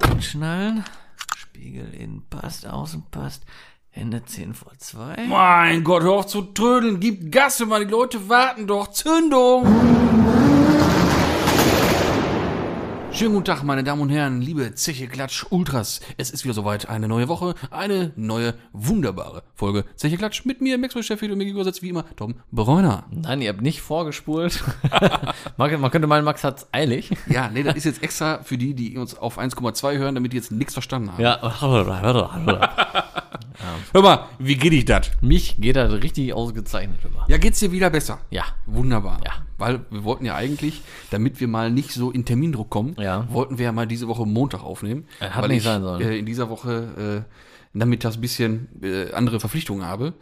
Anschnallen. Spiegel innen passt, außen passt. Hände 10 vor 2. Mein Gott, hör auf zu trödeln, gib Gas, immer die Leute warten doch. Zündung! Schönen guten Tag, meine Damen und Herren, liebe Zeche Klatsch Ultras. Es ist wieder soweit, eine neue Woche, eine neue wunderbare Folge Zeche Klatsch mit mir, Maxwell Sheffield und mir gegenübersetzt wie immer Tom Bräuner. Nein, ihr habt nicht vorgespult. Man man könnte meinen, Max hat's eilig. Ja, nee, das ist jetzt extra für die, die uns auf 1,2 hören, damit die jetzt nichts verstanden haben. Ja, Hör mal, wie geht dich das? mich geht das richtig ausgezeichnet immer. Ja, geht's dir wieder besser? Ja. Wunderbar. Ja. Weil wir wollten ja eigentlich, damit wir mal nicht so in Termindruck kommen, Ja. wollten wir ja mal diese Woche Montag aufnehmen. Äh, hat weil nicht ich, sein sollen. Äh, in dieser Woche äh, nachmittags ein bisschen äh, andere Verpflichtungen habe.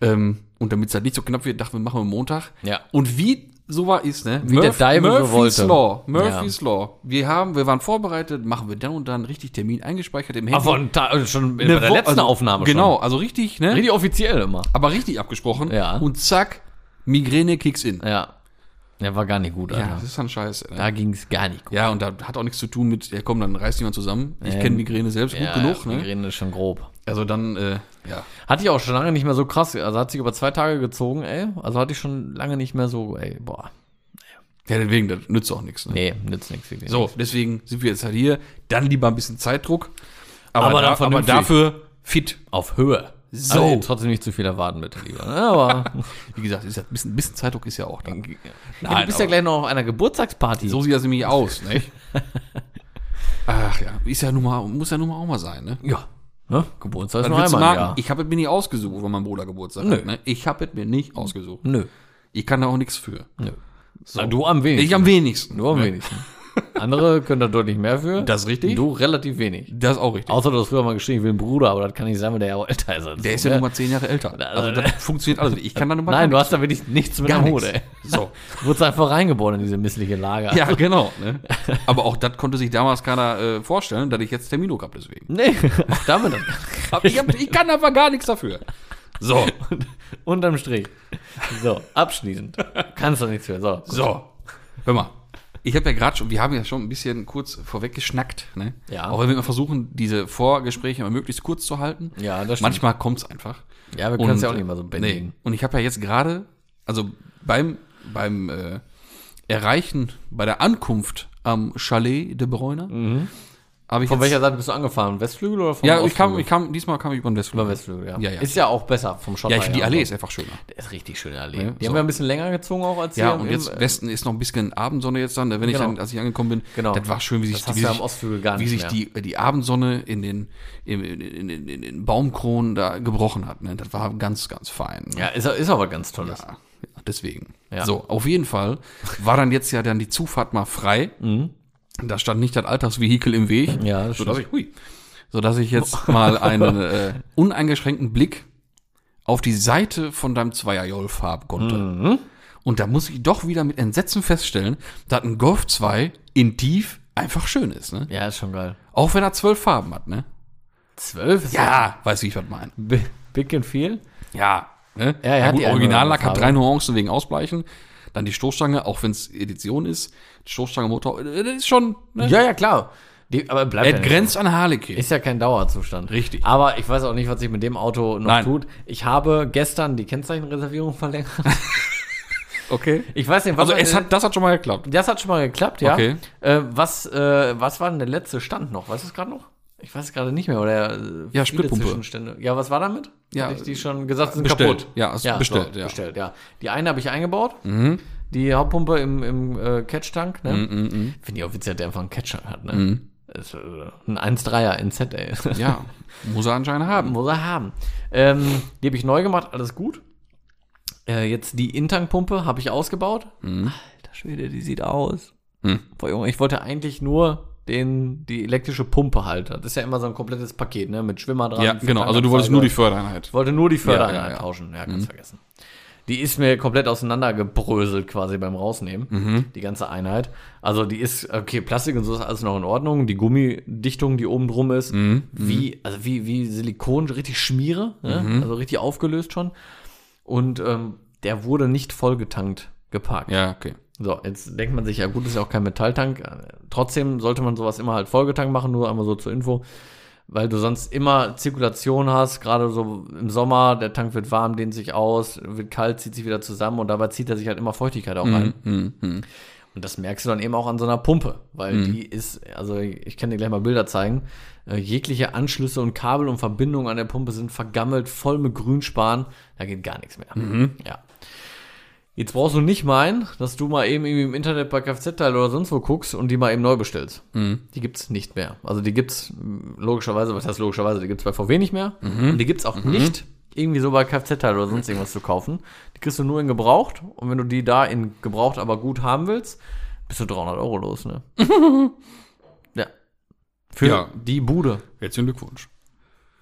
Ähm, und damit es halt nicht so knapp wird, dachten wir, machen wir Montag. Ja. Und wie so war ist, ne? Wie der Diamond so Murphy's wollte. Law. Murphy's Law. Wir haben, wir waren vorbereitet, machen wir dann und dann richtig Termin eingespeichert im Handy. äh, schon in Eine der Wo- letzten also, Aufnahme Genau, also richtig, ne? schon. Richtig offiziell immer. aber richtig abgesprochen. Ja. Und zack, Migräne kicks in. Ja. Der war gar nicht gut, Ja, Alter. das ist dann scheiße. Ne? Da ging's gar nicht gut. Ja, und da hat auch nichts zu tun mit, ja komm, dann reißt jemand zusammen. Ich Ähm, kenne Migräne selbst gut genug, ne? Migräne ist schon grob. Also dann, äh, ja. Hatte ich auch schon lange nicht mehr so krass. Also hat sich über zwei Tage gezogen, ey. Also hatte ich schon lange nicht mehr so, ey, boah. Ja, deswegen, das nützt auch nichts. Ne? Nee, nützt nichts. wirklich. So, deswegen sind wir jetzt halt hier. Dann lieber ein bisschen Zeitdruck. Aber, Aber da, dann aber vernünftig. dafür fit. Auf Höhe. So. Also, trotzdem nicht zu viel erwarten, bitte lieber. Aber Wie gesagt, ist ja ein bisschen, ein bisschen Zeitdruck ist ja auch da. Ey, du bist ja aber- gleich noch auf einer Geburtstagsparty. So sieht das nämlich aus, ne? Ach ja, ist ja nun mal, muss ja nun mal auch mal sein, ne? ja. Ne? Geburtstag ist Was nur willst du einmal. im machen? Jahr. Ich habe es mir nicht ausgesucht, weil mein Bruder Geburtstag Nö. hat. Ne? Ich habe es mir nicht ausgesucht. Nö. Ich kann da auch nichts für. Nö. Na, du am wenigsten. Ich am wenigsten. du am wenigsten. Andere können da deutlich mehr für. Das ist richtig. Du relativ wenig. Das ist auch richtig. Außer du hast früher mal geschrieben, ich will einen Bruder, aber das kann nicht sein, weil der ja auch älter ist. als Der du, ist ja ne? nun mal zehn Jahre älter. Also das funktioniert alles. nicht. Ich kann da nun mal Nein, du hast da wirklich nichts mit gar am nichts. Hut, ey. So. Du wurdest einfach reingeboren in diese missliche Lager. Ja, genau. Ne? Aber auch das konnte sich damals keiner äh, vorstellen, dass ich jetzt Termindruck habe deswegen. Nee, auch damit. Aber ich, hab, ich kann aber gar nichts dafür. So, Unterm Strich. So, abschließend. Kannst du nichts für. So. so. Hör mal. Ich habe ja gerade schon, wir haben ja schon ein bisschen kurz vorweg geschnackt, ne? Ja. Auch wenn wir immer versuchen, diese Vorgespräche immer möglichst kurz zu halten. Ja, das stimmt. Manchmal kommt's einfach. Ja, wir können es Und, äh, ja auch nicht mal so bändigen. Und ich habe ja jetzt gerade, also beim, beim äh, Erreichen, bei der Ankunft am Chalet de Bräuner, habe ich Mhm. Von jetzt, welcher Seite bist du angefahren? Westflügel oder vom Ja, ich kam, Ostflügel? ich kam, diesmal kam ich über den Westflügel. Über Westflügel, ja. Ja, ja. Ist ja auch besser vom Schotter. Ja, ich, die her. Also, Allee ist einfach schöner. Der ist richtig schöne Allee. Ja, die so. haben wir ein bisschen länger gezogen auch als Ja, hier und im- jetzt im- Westen ist noch ein bisschen Abendsonne jetzt dann, wenn ich Genau. dann, als ich angekommen bin, Genau. das war schön, wie sich, Das hast wie du ja sich, am Ostflügel gar wie nicht sich mehr. die die Abendsonne in den in, in, in, in, in den Baumkronen da gebrochen hat, ne? Das war ganz ganz fein. Ne? Ja, ist, ist aber ganz tolles. Ja, deswegen. Ja. So, auf jeden Fall war dann jetzt ja dann die Zufahrt mal frei. Da stand nicht das Alltagsvehikel im Weg, Mhm. Ja, das sodass ich, hui, sodass ich jetzt mal einen äh, uneingeschränkten Blick auf die Seite von deinem Zweierjolf haben konnte. Mhm. Und da muss ich doch wieder mit Entsetzen feststellen, dass ein Golf 2 in Tief einfach schön ist, ne? Ja, ist schon geil. Auch wenn er zwölf Farben hat, ne? Zwölf ist Ja, weißt du, wie ich was meine. bi- big and viel. Ja. Ne? Ja, er hat gut, die eine Originallack oder andere hat drei Nuancen wegen Ausbleichen. Dann die Stoßstange, auch wenn es Edition ist. Die Stoßstange Motor, äh, das ist schon. Ne? Ja, ja, klar. Die, aber bleibt ja Er nicht. grenzt an Harlequin. Ist ja kein Dauerzustand. Richtig. Aber ich weiß auch nicht, was sich mit dem Auto noch Nein. tut. Ich habe gestern die Kennzeichenreservierung verlängert. Okay. Ich weiß nicht, was Also war es denn- hat, das hat schon mal geklappt. Das hat schon mal geklappt, ja. Okay. Äh, was, äh, was war denn der letzte Stand noch? Weißt du es gerade noch? Ich weiß es gerade nicht mehr, oder? Äh, viele Spritpumpe. Zwischenstände. Ja, was war damit? Ja, Hatte ich die schon gesagt, sind bestellt. kaputt. Ja, hast bestellt, ja. Mhm. bestellt, ja. Die eine habe ich eingebaut. Die Hauptpumpe im, im äh, Catch-Tank, ne? mhm. Finde ich offiziell, der einfach einen Catch-Tank hat, ne? Das ist, äh, ein 1,3er NZ, ey. Ja, muss er anscheinend haben. Muss er haben. Ähm, die habe ich neu gemacht, alles gut. Äh, jetzt die Intankpumpe habe ich ausgebaut. Alter Schwede, die sieht aus. Mhm. Boah, Junge, ich wollte eigentlich nur den, die elektrische Pumpe halt. Das ist ja immer so ein komplettes Paket, ne? Mit Schwimmer dran. Ja, genau. Also du wolltest nur die Fördereinheit. Ich wollte nur die Fördereinheit Ja, Mhm. ja, ja. tauschen. Ja, ganz vergessen. Die ist mir komplett auseinandergebröselt quasi beim Rausnehmen, Mhm. die ganze Einheit. Also die ist, okay, Plastik und so ist alles noch in Ordnung. Die Gummidichtung, die oben drum ist, Mhm. wie, also wie, wie Silikon, richtig Schmiere, ne? Mhm. also richtig aufgelöst schon. Und ähm, der wurde nicht vollgetankt geparkt. Ja, okay. So, jetzt denkt man sich, ja gut, ist ja auch kein Metalltank. Trotzdem sollte man sowas immer halt Folgetank machen, nur einmal so zur Info. Weil du sonst immer Zirkulation hast, gerade so im Sommer, der Tank wird warm, dehnt sich aus, wird kalt, zieht sich wieder zusammen und dabei zieht er sich halt immer Feuchtigkeit auch rein. Und das merkst du dann eben auch an so einer Pumpe, weil die ist, also ich kann dir gleich mal Bilder zeigen, äh, jegliche Anschlüsse und Kabel und Verbindungen an der Pumpe sind vergammelt, voll mit Grünspan, da geht gar nichts mehr. Ja. Jetzt brauchst du nicht meinen, dass du mal eben irgendwie im Internet bei Kfz-Teil oder sonst wo guckst und die mal eben neu bestellst. Mhm. Die gibt's nicht mehr. Also die gibt's mh, logischerweise, was heißt logischerweise, die gibt's bei VW nicht mehr. Mhm. Und die gibt's auch nicht irgendwie so bei Kfz-Teil oder sonst irgendwas zu kaufen. Die kriegst du nur in gebraucht und wenn du die da in gebraucht aber gut haben willst, bist du 300 Euro los, ne? ja. Für Ja. die Bude. Herzlichen Glückwunsch.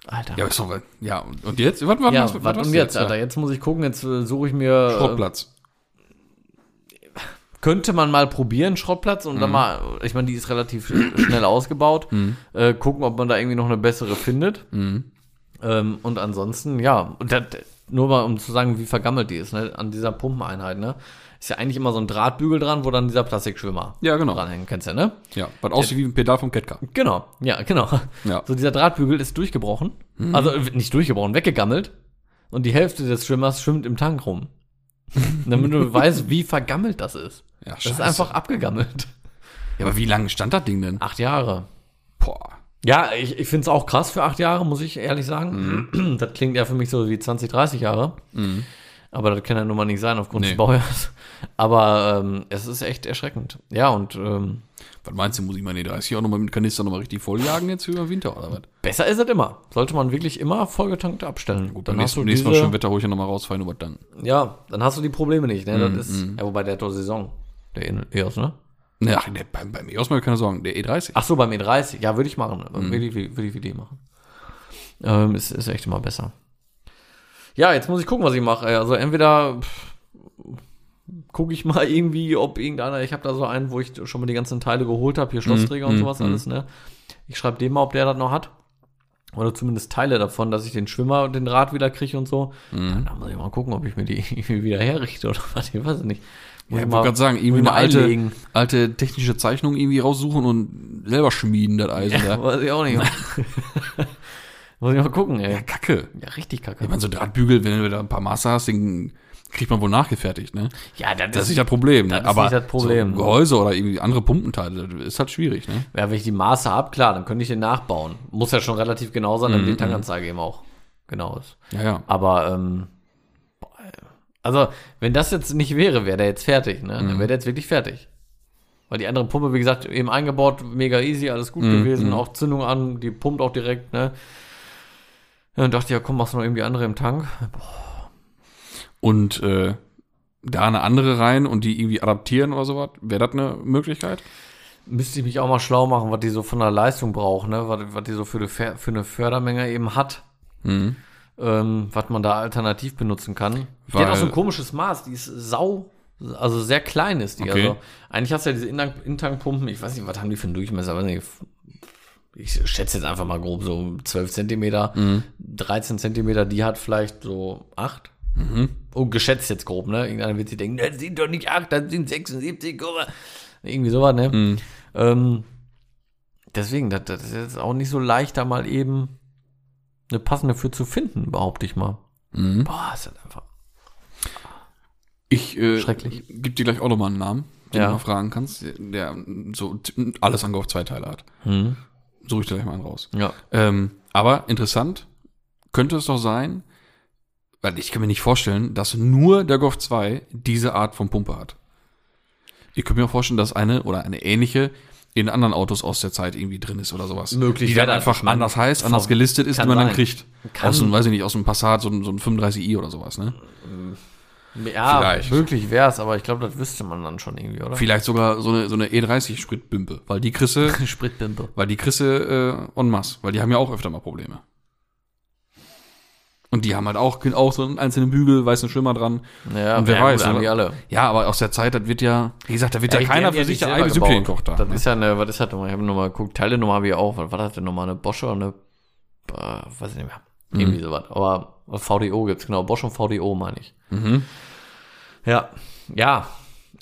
Alter. Ja, ist doch, ja und, und jetzt? Warte, warte, Ja, was- was was und jetzt, Alter? Jetzt muss ich gucken, jetzt äh, suche ich mir. äh, Schrottplatz. könnte man mal probieren, Schrottplatz, und dann Mhm. mal, ich meine, die ist relativ sch- schnell ausgebaut, äh, gucken, ob man da irgendwie noch eine bessere findet. Mhm. Ähm, und ansonsten, ja, und das, nur mal um zu sagen, wie vergammelt die ist, ne, an dieser Pumpeneinheit, ne? Ist ja eigentlich immer so ein Drahtbügel dran, wo dann dieser Plastikschwimmer Ja, genau. dranhängt, kennst du ja, ne? Ja, was aussieht wie ein Pedal vom Ketka. Genau, ja, genau. Ja. Mhm. So dieser Drahtbügel ist durchgebrochen, also äh, nicht durchgebrochen, weggegammelt und die Hälfte des Schwimmers schwimmt im Tank rum. Damit du weißt, wie vergammelt das ist. Ja, Das ist einfach abgegammelt. Ja, aber wie lange stand das Ding denn? Acht Jahre. Boah. Ja, ich, ich finde es auch krass für acht Jahre, muss ich ehrlich sagen. Das klingt ja für mich so wie 20, 30 Jahre. Aber das kann ja nun mal nicht sein aufgrund Nee. des Baujahrs. Aber ähm, es ist echt erschreckend. Ja, und ähm, Was meinst du, muss ich meine 30 auch nochmal mit dem Kanister nochmal richtig volljagen jetzt über den Winter oder was? besser ist es immer. Sollte man wirklich immer vollgetankt abstellen. Beim nächsten, nächsten Mal schön Wetter, wo ich ja nochmal rausfallen über dann. ja, dann hast du die Probleme nicht. Ne? Das ist, ja, wobei der hat doch Saison. Der E- EOS, ne? Ja, ach, der, beim, beim EOS mal keine Sorgen, der E E30. Ach so, beim E30. Ja, würde ich machen. Mhm. Würde ich, würde ich Idee machen. Ähm, ist, ist echt immer besser. Ja, jetzt muss ich gucken, was ich mache. Also entweder pff, gucke ich mal irgendwie, ob irgendeiner, ich habe da so einen, wo ich schon mal die ganzen Teile geholt habe, hier Mhm. Schlossträger und sowas alles, ne? Ich schreibe dem mal, ob der das noch hat. Oder zumindest Teile davon, dass ich den Schwimmer und den Rad wieder kriege und so. Mhm. Dann, muss ich mal gucken, ob ich mir die irgendwie wieder herrichte oder was. Ich weiß es nicht. Muss ich wollte gerade sagen, irgendwie muss eine ich mal alte, einlegen. alte technische Zeichnung irgendwie raussuchen und selber schmieden, das Eisen Ja, da. weiß ich auch nicht. Muss ich mal gucken, ey. Kacke. Ja, richtig Ich kacke. meine, so Drahtbügel, wenn du da ein paar Maße hast, den kriegt man wohl nachgefertigt, ne? Ja, Das ist nicht das Problem. Das Ne? ist nicht das Problem. So Gehäuse oder irgendwie andere Pumpenteile, das ist halt schwierig, ne? Ja, wenn ich die Maße habe, klar, dann könnte ich den nachbauen. Muss ja schon relativ genau sein, damit die Tankanzeige eben auch genau ist. Ja, ja. Aber, ähm, boah, ey. also, wenn das jetzt nicht wäre, wäre der jetzt fertig, ne? Dann wäre der jetzt wirklich fertig. Weil die andere Pumpe, wie gesagt, eben eingebaut, mega easy, alles gut gewesen, auch Zündung an, die pumpt auch direkt, ne? Ja, und dachte, ja, komm, machst du noch irgendwie andere im Tank. Und äh, da eine andere rein und die irgendwie adaptieren oder sowas, wäre das eine Möglichkeit? Müsste ich mich auch mal schlau machen, was die so von der Leistung braucht, ne? Was, was die so für, eine Fer- für eine Fördermenge eben hat. Ähm, was man da alternativ benutzen kann. die Weil- hat auch so ein komisches Maß, die ist sau, also sehr klein ist die. Okay. Also eigentlich hast du ja diese Intank- Intankpumpen, ich weiß nicht, was haben die für einen Durchmesser, weiß nicht. Ich schätze jetzt einfach mal grob so 12 Zentimeter, Mhm. 13 Zentimeter, die hat vielleicht so 8. Mhm. Und geschätzt jetzt grob, ne? Irgendeiner wird sich denken, das sind doch nicht 8, das sind 76, guck mal. Irgendwie sowas, ne? Ähm, deswegen, das, das ist jetzt auch nicht so leicht, da mal eben eine passende für zu finden, behaupte ich mal. Boah, ist das einfach. Ich äh, Schrecklich. gib dir gleich auch nochmal einen Namen, den Ja. du mal fragen kannst, der mm, so t- alles angehaucht zwei Teile hat. Suche ich dir gleich mal einen raus. Hm? Ja. Ähm, aber interessant könnte es doch sein, weil ich kann mir nicht vorstellen, dass nur der Golf 2 diese Art von Pumpe hat. Ich könnte mir auch vorstellen, dass eine oder eine ähnliche in anderen Autos aus der Zeit irgendwie drin ist oder sowas. Möglich Die dann wäre das. einfach Ich meine, anders heißt, anders Frau- gelistet ist, die kann man dann sein. kriegt. Kann- Aus einem, weiß ich nicht, aus einem Passat, so ein, so ein 35i oder sowas, ne? Ja, Vielleicht. möglich wäre es, aber ich glaube, das wüsste man dann schon irgendwie, oder? Vielleicht sogar so eine, so eine E30-Spritbümpe, weil die kriegst du, Spritbimpe. weil die kriegst du äh, en masse, weil die haben ja auch öfter mal Probleme. Und die haben halt auch, auch so einen einzelnen Bügel, weißen Schwimmer dran. Ja, Und wer ja, weiß, gut, haben oder? die alle. Ja, aber aus der Zeit, das wird ja, wie gesagt, da wird ja, Echt, die keiner haben für ja sich nicht der selber eigene gebaut. Süppchen ne? kocht da. Das ist ja eine, was ist das nochmal? Ich habe nochmal geguckt, Teilenummer habe ich auch. Was war das denn nochmal? Eine Bosch oder eine, äh, weiß ich nicht mehr. Mhm. Irgendwie sowas. Aber äh, Mhm. VDO gibt's genau. Bosch und VDO meine ich. Ja. Ja.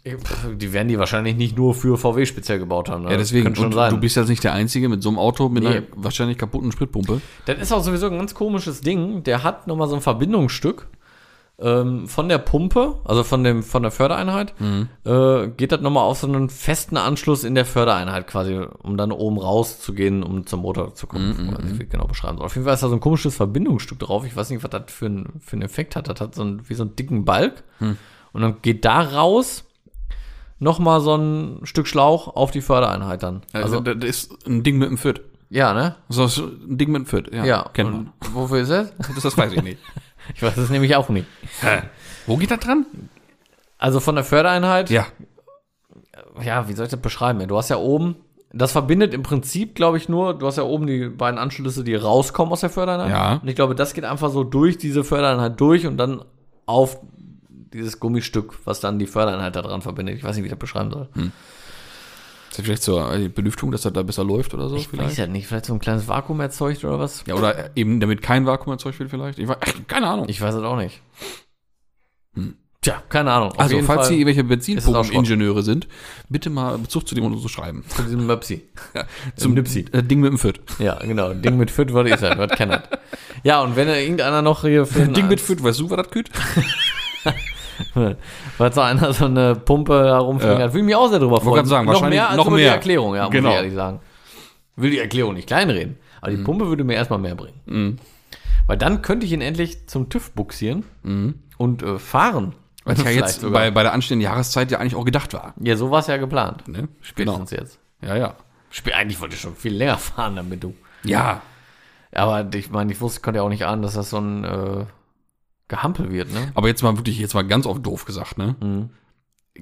Die werden die wahrscheinlich nicht nur für VW speziell gebaut haben. ne? Ja, deswegen, Kann schon und sein. du bist jetzt nicht der Einzige mit so einem Auto mit einer Nee. wahrscheinlich kaputten Spritpumpe. Das ist auch sowieso ein ganz komisches Ding. Der hat nochmal so ein Verbindungsstück ähm, von der Pumpe, also von, dem, von der Fördereinheit, äh, geht das nochmal auf so einen festen Anschluss in der Fördereinheit quasi, um dann oben rauszugehen, um zum Motor zu kommen. Ich weiß nicht, wie ich genau beschreiben soll. Auf jeden Fall ist da so ein komisches Verbindungsstück drauf. Ich weiß nicht, was das für, ein, für einen Effekt hat. Das hat so einen, wie so einen dicken Balk. Und dann geht da raus nochmal so ein Stück Schlauch auf die Fördereinheit dann. Also, Also, das ist ein Ding mit dem Pfirt. ja, ne? So ist ein Ding mit dem Pfirt. Ja, Ja. kennt und man. wofür ist das? Das, das weiß ich nicht. Ich weiß es nämlich auch nicht. Wo geht das dran? Also von der Fördereinheit, ja, Ja. wie soll ich das beschreiben? Du hast ja oben, das verbindet im Prinzip, glaube ich, nur, du hast ja oben die beiden Anschlüsse, die rauskommen aus der Fördereinheit. Ja. Und ich glaube, das geht einfach so durch diese Fördereinheit durch und dann auf dieses Gummistück, was dann die Fördereinheit da dran verbindet. Ich weiß nicht, wie ich das beschreiben soll. Hm. Ist das vielleicht zur äh, Belüftung, dass das da besser läuft oder so vielleicht? ja nicht, vielleicht so ein kleines Vakuum erzeugt oder was? Ja, oder eben damit kein Vakuum erzeugt wird vielleicht? Ich weiß, ach, keine Ahnung. Ich weiß es auch nicht. Tja, keine Ahnung. Auf Hm. also, jeden falls Fall Sie irgendwelche ist es auch Schrott. Benzinpumpeningenieure sind, bitte mal Bezug zu dem und so schreiben. zu diesem Möpsi. Zum Nipsi. Äh, Ding mit dem Pfirt. Ja, genau. Ding mit Fit, was ist das? Was kann das? Ja, und wenn da irgendeiner noch hier für den Ding mit Pfirt, weißt du, was das küt? Weil so einer so eine Pumpe herumfliegen Ja. hat. Würde ich mich auch sehr drüber freuen. grad sagen, noch wahrscheinlich mehr als noch über die mehr. Erklärung, ja, Genau. Mhm. muss ich ehrlich sagen. Will die Erklärung nicht kleinreden. Aber die Pumpe würde mir erstmal mehr bringen. Weil dann könnte ich ihn endlich zum TÜV buxieren und äh, fahren. Mhm. Was ja Vielleicht jetzt sogar. bei, bei der anstehenden Jahreszeit ja eigentlich auch gedacht war. ja, so war es ja geplant. Ne? Genau. Spätestens jetzt. Ja, ja. Sp Eigentlich wollte ich schon viel länger fahren damit, du. Ja. Aber ich meine, ich wusste, konnte ja auch nicht ahnen, dass das so ein äh, Gehampel wird, ne? Aber jetzt mal wirklich, jetzt mal ganz oft doof gesagt, ne? Mhm.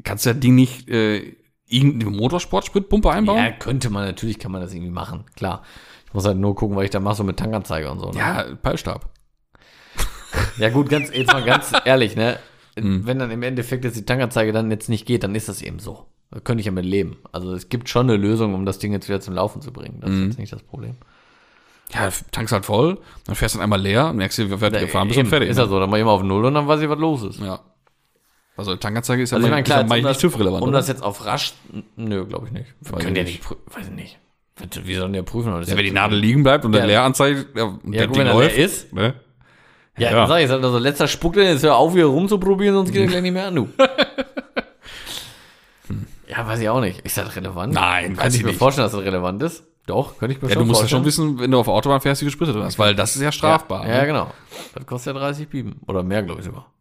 Kannst du das Ding nicht äh, irgendeine Motorsport-Spritpumpe Ja, einbauen? könnte man, natürlich kann man das irgendwie machen, klar. Ich muss halt nur gucken, weil ich da mache, so mit Tankanzeiger und so. Ne? Ja, Peilstab. Ja, gut, ganz, jetzt mal ganz ehrlich, ne? Hm. Wenn dann im Endeffekt jetzt die Tankanzeige dann jetzt nicht geht, dann ist das eben so. Da könnte ich ja mit leben. Also es gibt schon eine Lösung, um das Ding jetzt wieder zum Laufen zu bringen. Hm. Das ist jetzt nicht das Problem. Ja, tankst halt voll, dann fährst du dann einmal leer, merkst du, wir werden gefahren, bist Äh, Eben, und fertig. Ist ne? ja so, dann mach ich immer auf Null und dann weiß ich, was los ist. Ja. Also Tankanzeige ist ja Also ich meine, klar, ist ja jetzt, um, nicht das, TÜV-relevant. um oder? das jetzt auf rasch, n- nö, glaube ich nicht. Wir Weiß können ich ja nicht, prü- weiß ich nicht. Wie wie sollen die ja prüfen? Das ist ja, wenn die ja- Nadel liegen bleibt und der Ja. leer anzeigt, ja, und ja, der gut, Ding wenn er läuft, leer ist, ne? Ja, Ja. dann sag ich, sag, also letzter Spuck, denn jetzt hör auf, hier rumzuprobieren, sonst geht er gleich nicht mehr an, du. ja, weiß ich auch nicht. Ist das relevant? Nein, Kann weiß ich ich mir nicht. vorstellen, dass das relevant ist? Doch, könnte ich mir Ja, du schon musst ja vorstellen. schon wissen, wenn du auf der Autobahn fährst, wie du gespritet hast, weil das ist ja strafbar. Ja, ja, ne? genau. Das kostet ja 30 Bieben. Oder mehr, glaube ich sogar.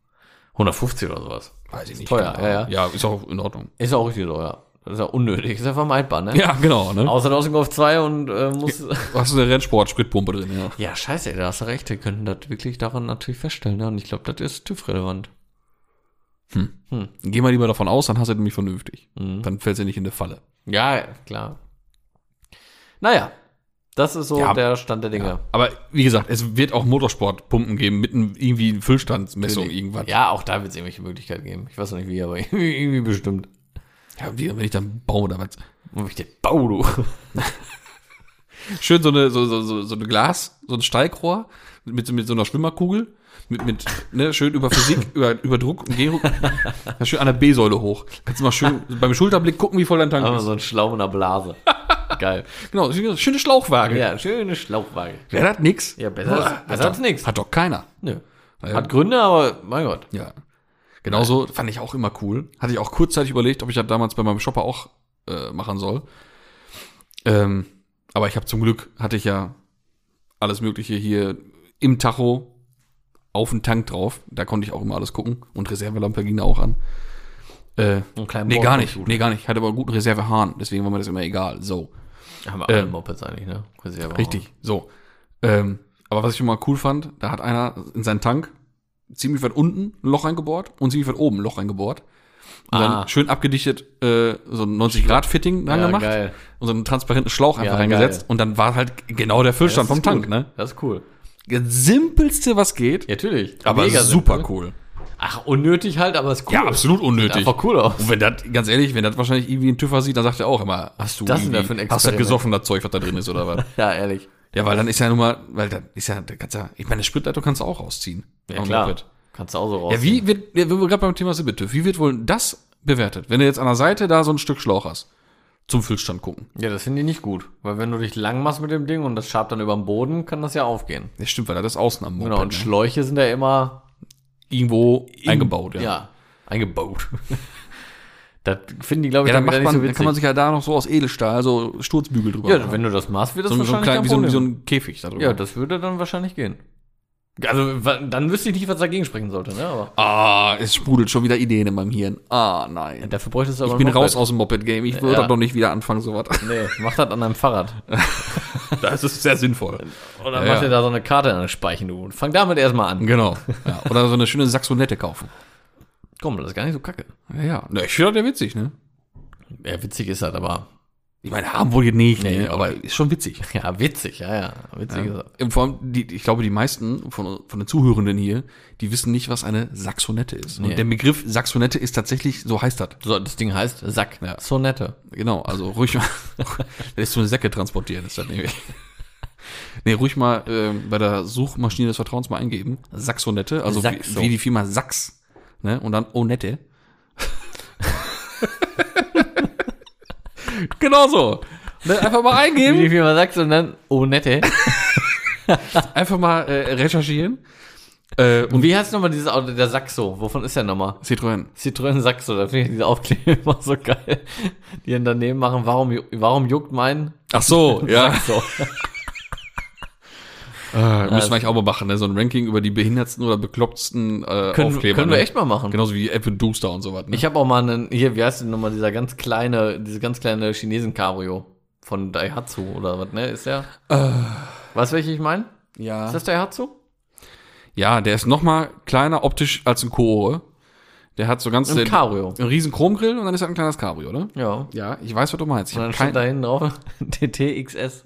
150 oder sowas. Weiß ich nicht. Teuer, keine ja, Ahnung. Ja, ist auch in Ordnung. Ist auch richtig teuer. Das ist ja unnötig. Ist ja vermeidbar, ne? Ja, genau, ne? Außer du hast einen Golf 2 und äh, musst. Hast du eine Rennsport-Spritpumpe drin, ja. Ja, scheiße, ey, da hast du recht. Wir könnten das wirklich daran natürlich feststellen, ne? Und ich glaube, das ist TÜV-relevant. Geh mal lieber davon aus, dann hast du nämlich vernünftig. Mhm. Dann fällst du nicht in eine Falle. Ja, klar. Naja, das ist so Ja. der Stand der Dinge. Aber wie gesagt, es wird auch Motorsportpumpen geben mit einem, irgendwie Füllstandsmessung irgendwas. Ja, auch da wird es irgendwelche Möglichkeiten geben. Ich weiß noch nicht wie, aber irgendwie, irgendwie bestimmt. ja wie, wenn ich dann baue oder was. Und ich der Bau, du. Schön so eine so, so, so, so ein Glas, so ein Steigrohr mit, so- mit so einer Schwimmerkugel. Mit, mit, ne, schön über Physik, über, über Druck und Gehruck. Ja, schön an der B-Säule hoch. Kannst du mal schön beim Schulterblick gucken, wie voll dein Tank Aber ist. so ein Schlauch in der Blase. Geil. Genau, schöne Schlauchwaage. Ja, schöne Schlauchwaage. Wer hat nix? Ja, besser als- hat besser doch- als nix. Hat doch keiner. Nö. Ja. Hat Gründe, aber mein Gott. Ja. Genauso fand ich auch immer cool. Hatte ich auch kurzzeitig überlegt, ob ich das damals bei meinem Shopper auch äh, machen soll. Ähm, aber ich habe zum Glück, hatte ich ja alles Mögliche hier im Tacho auf den Tank drauf. Da konnte ich auch immer alles gucken. Und Reservelampe ging da auch an. Äh, Einen kleinen nee, Bord- gar nicht. Nee, gar nicht. Ich hatte aber einen guten Reservehahn. Deswegen war mir das immer egal. So. Haben wir alle Ähm. Mopeds eigentlich, ne? Reserve- Richtig, so. Ähm, aber was ich schon mal cool fand, da hat einer in seinen Tank ziemlich weit unten ein Loch reingebohrt und ziemlich weit oben ein Loch reingebohrt. Und Ah. dann schön abgedichtet äh, so ein 90-Grad-Fitting dran Ja, gemacht geil. und so einen transparenten Schlauch einfach Ja, reingesetzt. geil. Und dann war halt genau der Das Füllstand ist vom gut. Tank, ne? Das ist cool. Das Simpelste, was geht, Ja, natürlich. aber Mega super simpel. cool. Ach, unnötig halt, aber ist cool. Ja, absolut Sieht unnötig. Einfach cool aus. Und wenn das, ganz ehrlich, wenn das wahrscheinlich irgendwie ein TÜVer sieht, dann sagt er auch immer, hast du Das ist ja irgendwie- für ein hast du das Experiment. gesoffen, das Zeug, was da drin ist, oder was? Ja, ehrlich. Ja, weil dann ist ja nun mal, weil dann ist ja, da kannst ja, ich meine, das Spritleitung kannst du auch rausziehen. Ja, Am klar. Moped. Kannst du auch so raus. Ja, wie wird, ja, wenn wir gerade beim Thema Sibbetüff, wie wird wohl das bewertet. Wenn du jetzt an der Seite da so ein Stück Schlauch hast, zum Füllstand gucken. Ja, das finde ich nicht gut. Weil wenn du dich lang machst mit dem Ding und das schabt dann über den Boden, kann das ja aufgehen. Ja, stimmt, weil da das außen am ne? Genau, und Schläuche sind ja immer irgendwo eingebaut, ja. ja. eingebaut. das finden die, glaube ich, Ja, dann, dann macht wieder man, dann nicht so kann man witzig. sich ja da noch so aus Edelstahl, so Sturzbügel drüber Ja, machen. wenn du das machst, wird das so, ein- so ein wahrscheinlich klein, kein wie, so, ein- wie Problem. so ein Käfig da drüber. ja, das würde dann wahrscheinlich gehen. Also, wa- dann wüsste ich nicht, was dagegen sprechen sollte, ne? Aber ah, es sprudelt schon wieder Ideen in meinem Hirn. Ah, nein. dafür bräuchtest du aber Ich ein bin Moped. raus aus dem Moped-Game. Ich würde Ja. doch nicht wieder anfangen, sowas. Nee, mach das an deinem Fahrrad. Das ist sehr sinnvoll. Oder Ja, mach ja. dir da so eine Karte an den Speichen, du. Und fang damit erstmal an. Genau. Ja, oder so eine schöne Saxonette kaufen. Komm, das ist gar nicht so kacke. Ja, ja. Na, ich finde das ja witzig, ne? Ja, witzig ist das, aber. Ich meine, haben wohl geht nicht, Nee, ne? aber ist schon witzig. Ja, witzig, ja, ja. Witzig ist das. Und Vor allem, die, ich glaube, die meisten von, von den Zuhörenden hier, die wissen nicht, was eine Saxonette ist. Nee. Und der Begriff Saxonette ist tatsächlich, so heißt das. So, das Ding heißt Sack. Ja. Sonette. Genau, also ruhig mal, wenn ich so eine Säcke transportieren, ist das nämlich. Nee, ruhig mal ähm, bei der Suchmaschine des Vertrauens mal eingeben. Saxonette, also Saxo. Wie, wie die Firma Sachs. Ne? Und dann Onette. genau so. Ne? Einfach mal Wie die eingeben. Firma sagt, Oh, und dann Onette. Einfach mal äh, recherchieren. Äh, und Und wie heißt nochmal dieses Auto, der Saxo? Wovon ist der nochmal? Citroën. Citroën Saxo, da finde ich diese Aufkleber immer so geil. Die dann daneben machen, warum, ju- warum juckt mein Ach so, ja. Saxo? Ah, Äh, müssen wir eigentlich auch mal machen, ne? So ein Ranking über die behindertsten oder beklopptsten äh, Können, Aufkleber. können wir ne? echt mal machen. Genauso wie Apple Duster und so was. Ne? Ich habe auch mal einen, hier, wie heißt denn nochmal dieser ganz kleine, diese ganz kleine Chinesen-Cabrio von Daihatsu oder was, ne? Ist der? Weißt du, welche ich meine? ja. Ist das Daihatsu? Ja, der ist noch mal kleiner optisch als ein Koore. Der hat so ganz Ein den, Cabrio. einen riesen Chromgrill und dann ist er ein kleines Cabrio, oder? Ja. Und Ja, ich weiß, was du meinst. Ich dann hab steht da kein, hinten drauf TTXS.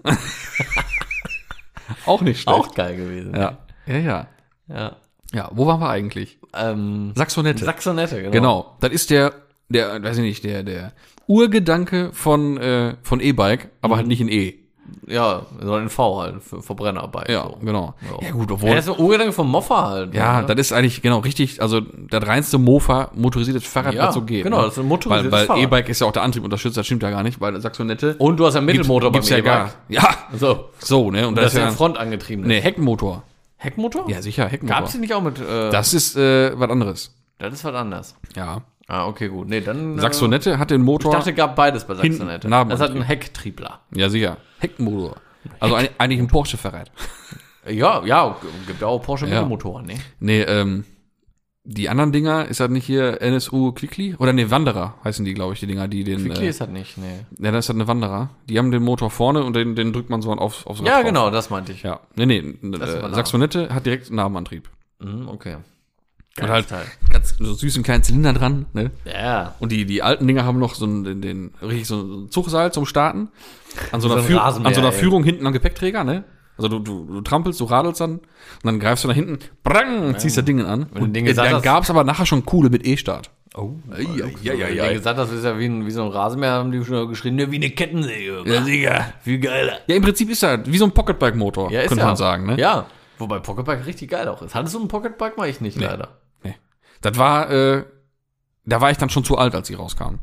auch nicht schlecht. Auch geil gewesen. Ja. ja, ja. Ja. Ja, wo waren wir eigentlich? Ähm, Saxonette. Saxonette, genau. genau. Das ist der, der, weiß ich nicht, der, der Urgedanke von, äh, von E-Bike, aber Mhm. halt nicht in E. Ja, sondern in V halt, für Verbrenner bei. Ja, So. genau. Ja. Ja, gut, Ja, obwohl. das ist ein Urgedanke vom Moffa halt. Ja, ne? das ist eigentlich genau richtig. Also das reinste Mofa, motorisiertes Fahrrad, Ja, was so geht. genau, ne? das ist ein motorisiertes Weil, weil Fahrrad. E-Bike ist ja auch der Antrieb unterstützt, das stimmt ja gar nicht, weil Saxonette Und du hast ja einen Mittelmotor gibt's, beim gibt's ja E-Bike. gar. Ja, So. so, ne? Und Das, das, ist ja ist ja frontangetrieben. ne Heckmotor. Heckmotor? Ja, sicher, Heckmotor. Gab's die nicht auch mit. Äh, Das ist äh, was anderes. das ist was anders. Ja. Ah, okay, gut. Nee, dann. Äh, Saxonette hat den ich Motor. dachte, gab beides bei Hinten Saxonette. Narben- Das hat einen Hecktriebler. ja, sicher. Heckmotor. Also ein, eigentlich ein Porsche-Fahrrad. Ja, ja, gibt ja auch Porsche Ja. Mittelmotoren, ne? Nee, ähm, die anderen Dinger, ist das nicht hier NSU Quickly? Oder nee, Wanderer heißen die, glaube ich, die Dinger, die den. Quickly Äh, ist das nicht, ne. ja, das ist halt eine Wanderer. Die haben den Motor vorne und den, den drückt man so auf, aufs Rad Ja, drauf. genau, das meinte ich. Ja. Nee, nee. ist aber Äh, lahm. Saxonette hat direkt einen Narbenantrieb. Mhm, okay. Und Geiles halt Teil. ganz so süßen kleinen Zylinder dran, ne? Ja. Und die, die alten Dinger haben noch so einen, den, den richtig so einen Zugseil zum Starten. An so, einer, ein Führ- Rasenmäher, an so einer ey. Führung hinten am Gepäckträger, ne? Also du, du, du trampelst, du radelst dann und dann greifst du nach hinten, prang, ziehst das Ding an. du Und Ding äh, gesagt dann hast- gab's aber nachher schon coole mit E-Start. Oh. Ja, ja, Ja, ja, gesagt, das ist ja wie, ein, wie so ein Rasenmäher, haben die schon geschrieben, ne, wie eine Kettensäge. Ja, sicher. Viel geiler. Ja, im Prinzip ist er wie so ein Pocketbike-Motor, könnte man sagen, ne? Ja. Wobei Pocketbike richtig geil auch ist. Hattest du einen Pocketbike? Mach ich nicht, leider. Das war, äh, da war ich dann schon zu alt, als die rauskamen.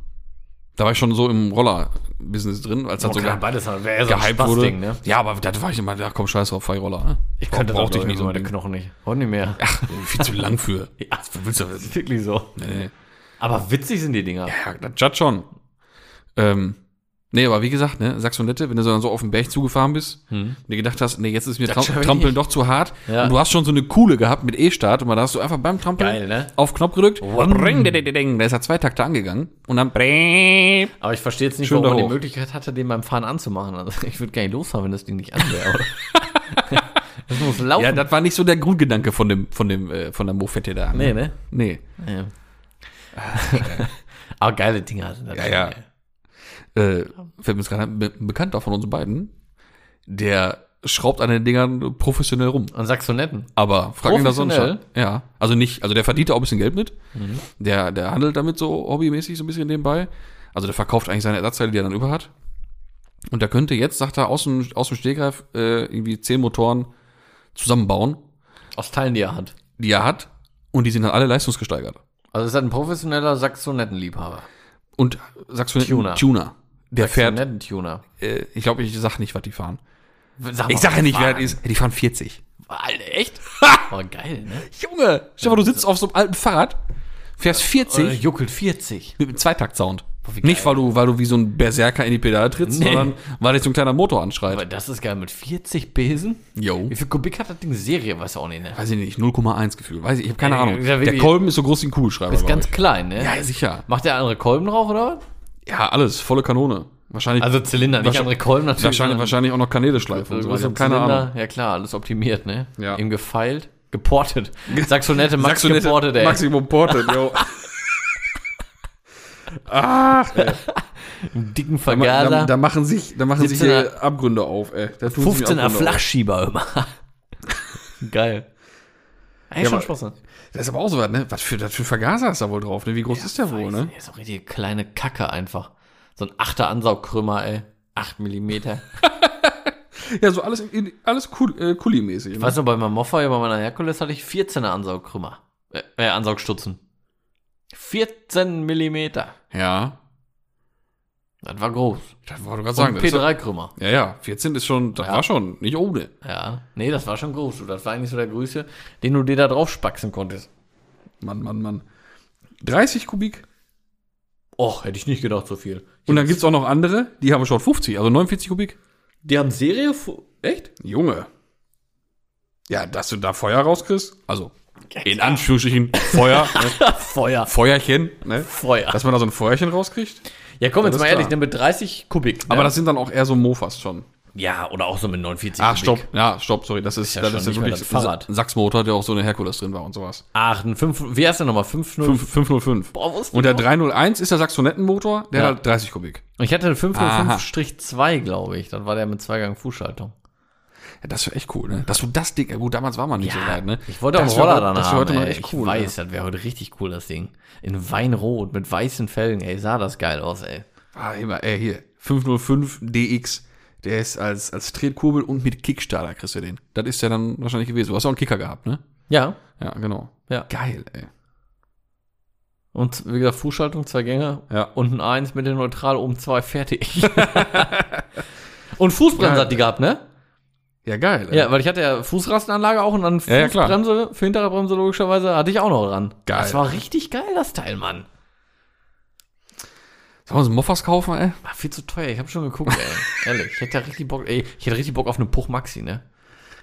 Da war ich schon so im Roller-Business drin, als das Oh, sogar klar, beides haben. Wäre eher so ein gehypt wurde. Spaßding, ne? Ja, aber da war ich immer, ja komm, scheiß drauf, fahr ich Roller. Ne? Ich könnte brauchte das, ich glaub nicht so über meine ein Ding. Knochen nicht. Heute nicht mehr. Ach, viel zu lang für. Ja, Was willst du das wissen? ist wirklich so. Nee. Aber witzig sind die Dinger. Ja, das judge schon. Ähm, nee, aber wie gesagt, ne, Saxonette, wenn du so dann so auf den Berg zugefahren bist und dir gedacht hast, nee, jetzt ist mir Das Tram schaffe ich Trampeln doch zu hart Ja. und du hast schon so eine Kuhle gehabt mit E-Start und da hast du einfach beim Trampeln Geil, ne? auf Knopf gedrückt Wum. und bring, ding, ding, ding, ding, da ist er zwei Takte angegangen und dann bring. Aber ich verstehe jetzt nicht, Schön warum da man die hoch. Möglichkeit hatte, den beim Fahren anzumachen. Also ich würde gar nicht losfahren, wenn das Ding nicht an wäre. oder? das muss laufen. Ja, das war nicht so der Grundgedanke von dem, von dem, äh, von der Mofette da. nee, ne? Nee. Ja. Aber geile Dinger sind das. Ja, schon, ja. ey. äh, fällt mir jetzt gerade ein, be Bekannter von uns beiden, der schraubt an den Dingern professionell rum. Und Saxonetten. Aber frag ihn das sonst Professionell? schon. Ja, also nicht, also der verdient da auch ein bisschen Geld mit. Der, der handelt damit so hobbymäßig so ein bisschen nebenbei. Also der verkauft eigentlich seine Ersatzteile, die er dann über hat. Und der könnte jetzt, sagt er, aus dem, aus dem Stehgreif äh, irgendwie zehn Motoren zusammenbauen, Aus Teilen, die er hat. die er hat. Und die sind dann alle leistungsgesteigert. Also ist er ein professioneller Saxonettenliebhaber. und Saxonet Tuner. Tuner. ne? Der fährt, Tuner. äh, ich glaube, ich sag nicht, was die fahren. Sag Ich sag ja nicht, wer das ist. ist. Die fahren 40. Alter, echt? Oh, geil, ne? Junge, Stefan, du sitzt auf so einem alten Fahrrad, fährst 40 juckelt 40. mit einem Zweitaktsound. Nicht, weil du, weil du wie so ein Berserker in die Pedale trittst, Nee. sondern weil dich so ein kleiner Motor anschreit. Aber das ist geil mit 40 Besen. Jo. Wie viel Kubik hat das Ding Serie? Weiß auch nicht, ne? Weiß ich nicht, 0,1 Gefühl. Weiß ich, ich habe keine Ja, Ahnung. ja, Der wirklich. Kolben ist so groß wie ein Kugelschreiber. Ist glaub ganz ich. klein, ne? ja, sicher. Macht der andere Kolben drauf, oder was? Ja, alles, volle Kanone. Wahrscheinlich, Also Zylinder, nicht Wahrscheinlich- andere Kolben natürlich. wahrscheinlich, sondern wahrscheinlich auch noch Kanäle schleifen. und so. Ich Größere hab keine äh, Zylinder. Ahnung. Ja klar, alles optimiert, ne? Ja. Eben gefeilt, geportet. Saxonette, Max Saxonette- geportet, ey. Maximum Ported, jo. Ach, ey. Einen dicken Da, da, Vergaser. da machen sich, da machen sich 17er hier Abgründe auf, ey. Da tun sich 15er Abgründe auf. Flachschieber immer. geil. Eigentlich Ja, schon aber- Spaß, ne? Das ist aber auch so was, ne? Was für, das für Vergaser ist da wohl drauf, ne? Wie groß ist der wohl, ne? Ist auch richtig kleine Kacke einfach. So ein achter Ansaugkrümmer, ey. 8 Millimeter. Ja, so alles, in, alles cool, äh, Kuli-mäßig. Ne? Weißt du, bei meinem Moffa, bei meiner Herkules hatte ich 14er Ansaugkrümmer. Äh, äh, Ansaugstutzen. 14 Millimeter. Ja. Das war groß. Das wollte ich gerade sagen. Und Das ist, P3-Krümmer. ja, ja. 14 ist schon, das war schon nicht ohne. Ja. Nee, das war schon groß. Du. Das war eigentlich so der größte, den du dir da drauf spaxen konntest. Mann, Mann, Mann. 30 Kubik. Och, hätte ich nicht gedacht, so viel. Und dann gibt's auch noch andere, die haben schon 50, also 49 Kubik. Die haben Serie? Echt? Junge. Ja, dass du da Feuer rauskriegst. Also, in Anführungsstrichen Feuer, ne? Feuer. Feuerchen, ne? Feuer. Dass man da so ein Feuerchen rauskriegt. Ja, komm, jetzt Alles mal ehrlich, klar. ne, mit 30 Kubik. Ne? Aber das sind dann auch eher so Mofas schon. ja, oder auch so mit 49 Ach, stopp. Ja, stopp, sorry. Das ist, Ah, ja das schon ist ja nicht mehr wirklich das Fahrrad. ein Sachsmotor, der auch so eine Herkules drin war und sowas. Ach, ein 5, wie heißt der nochmal? 505? 5, 505. Boah, wusste Und der ich noch. 301 ist der Saxonettenmotor, der Ja. hat 30 Kubik. Ich hatte einen Aha. 505-2, glaube ich. Dann war der mit Zweigang Fußschaltung. Ja, das wäre echt cool, ne? Dass du das Ding, ja, gut, damals war man nicht so weit, ne? Ich wollte auch einen Das wär- Roller dann das wär haben. heute mal ey. echt cool. ne? ich weiß, das wäre heute richtig cool, das Ding. In Weinrot mit weißen Felgen, ey. Sah das geil aus, ey. Ah, immer, äh, hier. 505 DX. Der ist als, als Tretkurbel und mit Kickstarter kriegst du den. Das ist ja dann wahrscheinlich gewesen. Du hast auch einen Kicker gehabt, ne? Ja, Ja, genau. ja. Geil, ey. Und wie gesagt, Fußschaltung, zwei Gänge. Ja. Und ein Eins mit dem Neutral oben zwei, fertig. und Fußbremse Ja. hat die gehabt, ne? Ja, geil, ey. Ja, weil ich hatte ja Fußrastenanlage auch und dann Ja, ja, klar. Fußbremse für hintere Bremse logischerweise hatte ich auch noch dran. Geil. Das war richtig geil, das Teil, Mann. Sollen wir uns einen Moffas kaufen, ey? War viel zu teuer, ich habe schon geguckt, ey. Ehrlich, ich hätte ja richtig Bock, ey, ich hätte richtig Bock auf eine Puch Maxi, ne?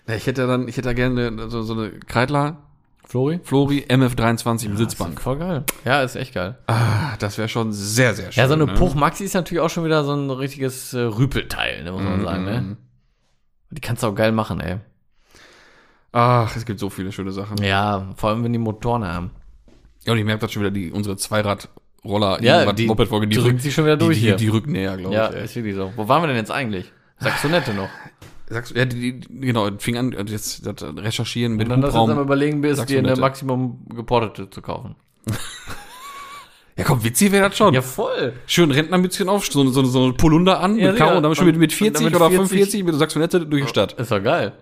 Ja, ich hätte ja dann, ich hätte ja gerne so, so eine Kreidler, Flori? Flori MF23 im Sitzbank. Voll geil. Ja, ist echt geil. Ah, das wäre schon sehr, sehr schön. ja, so eine ne? Puch Maxi ist natürlich auch schon wieder so ein richtiges äh, Rüpelteil, ne, muss Mhm. man sagen, ne? Die kannst du auch geil machen, ey. Ach, es gibt so viele schöne Sachen. Ja, vor allem, wenn die Motoren haben. Ja, und ich merke das schon wieder, die, unsere Zweirad-Roller, Ja, irgendwas- die Moped-Folge, die drückt rücken sich schon wieder durch die, hier. Die, die rücken näher, glaube Ja, ich. Ey. ist wirklich so. Wo waren wir denn jetzt eigentlich? Sagst du nette noch? Sagst, du- ja, die, die, genau, fing an, also jetzt das recherchieren mit Und dann lass uns mal Hubraum. überlegen, bis dir eine Saxonette. Maximum geportete zu kaufen. Ja, komm, witzig wäre das schon. Ja, voll. Schön Rentnermützchen auf, so, so, so ein Polunder an, Ja, mit Karo, sicher. und dann schon mit, mit 40 Und dann mit oder 40. 45 mit Saxonette durch die Stadt. Ist doch geil.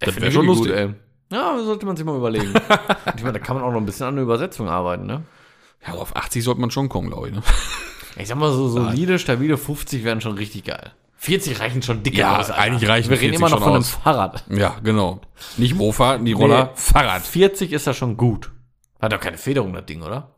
Das Find wär ich schon wirklich lustig. ey. Ja, sollte man sich mal überlegen. ich meine, da kann man auch noch ein bisschen an der Übersetzung arbeiten, ne? Ja, aber auf 80 sollte man schon kommen, glaube ich. Ne? Ich sag mal so, solide, stabile 50 wären schon richtig geil. 40 reichen schon dicke Ja, Alter. eigentlich reichen also, Wir 40 reden immer noch schon von aus. einem Fahrrad. Ja, genau. Nicht Mofa, die Roller, Nee. Fahrrad. 40 ist ja schon gut. Hat doch keine Federung, das Ding, oder?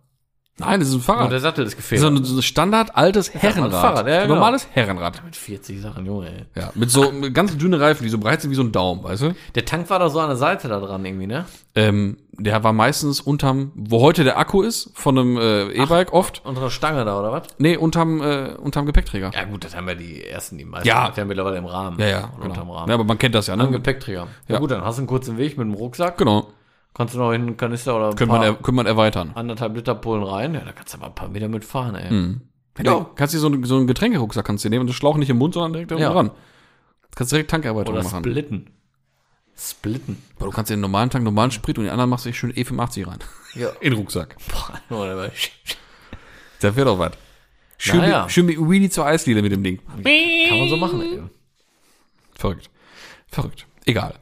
Nein, das ist ein Und Fahrrad. der Das Sattel ist ist so gefedert. ein, so ein standard altes Herrenrad. Fahrrad, ja, Ein genau. Normales Herrenrad. Mit 40 Sachen, Junge, ey. Ja, mit so mit ganz dünne Reifen, die so breit sind wie so ein Daumen, weißt du? Der Tank war doch so an der Seite da dran irgendwie, ne? Ähm, der war meistens unterm, wo heute der Akku ist, von einem äh, E-Bike oft. Unter der Stange da, oder was? Nee, unterm, äh, unterm Gepäckträger. Ja gut, das haben ja die ersten, die meisten. Ja. Das ist ja mittlerweile im Rahmen. Ja, ja, Oder genau. unterm Rahmen. Ja, aber man kennt das ja, Am ne? Gepäckträger. Ja. Ja. gut, dann hast du einen kurzen Weg mit dem Rucksack. Genau. Kannst du noch in einen Kanister oder ein Könnte man, er, könnte man erweitern. anderthalb Liter Polen rein. Ja, da kannst du aber ein paar Meter mitfahren, Hm, ey. Ja. Kannst dir so einen, so einen Getränkerucksack kannst du dir nehmen und den Schlauch nicht im Mund, sondern direkt da genau. Ja. unten dran. Kannst direkt Tankerweiterung Oder machen. splitten. Splitten. Aber du kannst dir den normalen Tank, normalen Sprit und den anderen machst du schön E85 rein. Ja. In den Rucksack. Boah, oder was? Das wäre doch was. Schön, Naja. mit, schön mit Wheelie zur Eisdiele mit dem Ding. Kann man so machen, ey. Verrückt. Verrückt. Egal.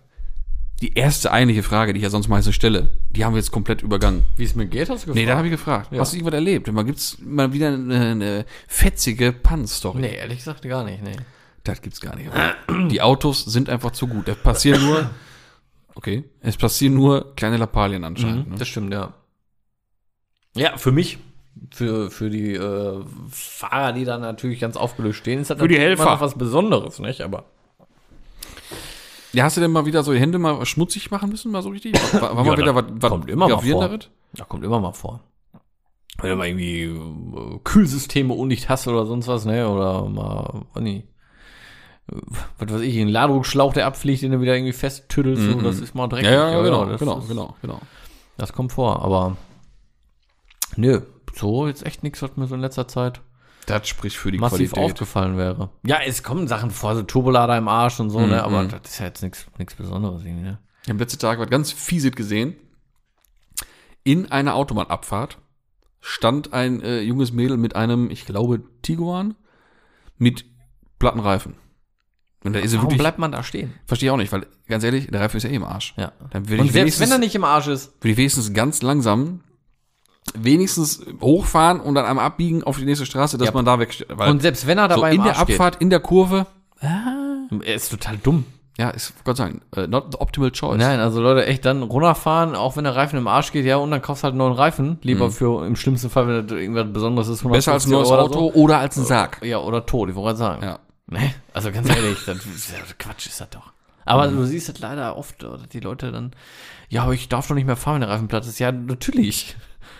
die erste eigentliche Frage, die ich ja sonst meistens stelle, die haben wir jetzt komplett übergangen. Wie es mir geht, hast du gefragt? Nee, da habe ich gefragt. Hast du irgendwas erlebt? Und mal gibt's mal wieder eine, eine fetzige Pannenstory. nee, ehrlich gesagt gar nicht, nee. Das gibt's gar nicht. Die Autos sind einfach zu gut. Da passieren nur, okay, es passieren nur kleine Lappalien anscheinend. Ne? Das stimmt, ja. Ja, für mich, für, für die äh, Fahrer, die da natürlich ganz aufgelöst stehen, ist das Für die natürlich immer Helfer. noch was Besonderes, nicht? Aber Ja, hast du denn mal wieder so die Hände mal schmutzig machen müssen, mal so richtig? War, war mal Ja, wieder was, das was kommt immer mal vor. gravierenderes? da kommt immer mal vor. Wenn du mal irgendwie äh, Kühlsysteme undicht hast oder sonst was, ne? Oder mal, weiß nicht, äh, was weiß ich, einen Ladungsschlauch, der abfliegt, den du wieder irgendwie festtüddelst, so, das ist mal dreckig. Ja, ja, genau, das genau, ist, genau, genau. Das kommt vor, aber nö, so jetzt echt nichts, was mir so in letzter Zeit Das spricht für die massiv Qualität. aufgefallen wäre. Ja, es kommen Sachen vor, so Turbolader im Arsch und so, ne? Aber das ist ja jetzt nichts nichts Besonderes irgendwie, ne? Ich habe letzten Tag was ganz Fieses gesehen. In einer Autobahnabfahrt stand ein äh, junges Mädel mit einem, ich glaube, Tiguan mit platten Reifen. Und da ist sie Warum wirklich, bleibt man da stehen? verstehe ich auch nicht, weil ganz ehrlich, der Reifen ist ja eh im Arsch. Ja. Dann würde Und ich, selbst wenigstens, wenn er nicht im Arsch ist, würde ich wenigstens ganz langsam wenigstens hochfahren und dann am Abbiegen auf die nächste Straße, dass Ja. man da wegsteht. Weil und selbst wenn er so dabei in im der Arsch Abfahrt, in der Kurve, steht, er ist total dumm. ja, ist, Gott sei Dank, äh, not the optimal choice. Nein, also Leute, echt dann runterfahren, auch wenn der Reifen im Arsch geht, ja, und dann kaufst halt einen neuen Reifen. Lieber für im schlimmsten Fall, wenn das irgendwas Besonderes ist, Mhm. Besser als ein neues 150 Euro Auto oder als ein Sarg. So. Ja, oder tot, ich wollte gerade sagen. Ja. Ne? Also ganz ehrlich, das, ist ja Quatsch ist das doch. Aber Mhm. du siehst das leider oft, dass die Leute dann, ja, aber ich darf doch nicht mehr fahren, wenn der Reifen platt ist. Ja, natürlich.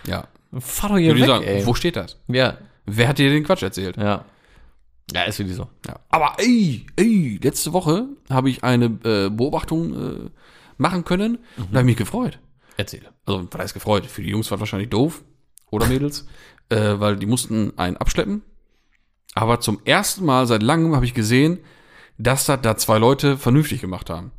Ja. Fahr doch hier Würde weg, ich sagen, ey. wo steht das? Ja, Wer hat dir den Quatsch erzählt? ja. Ja, ist wirklich so. Ja. Aber ey, ey, letzte Woche habe ich eine äh, Beobachtung äh, machen können Mhm. und habe mich gefreut. Erzähl. Also, was heißt gefreut? Für die Jungs war es wahrscheinlich doof. Oder Mädels. äh, weil die mussten einen abschleppen. Aber zum ersten Mal seit langem habe ich gesehen, dass das da zwei Leute vernünftig gemacht haben.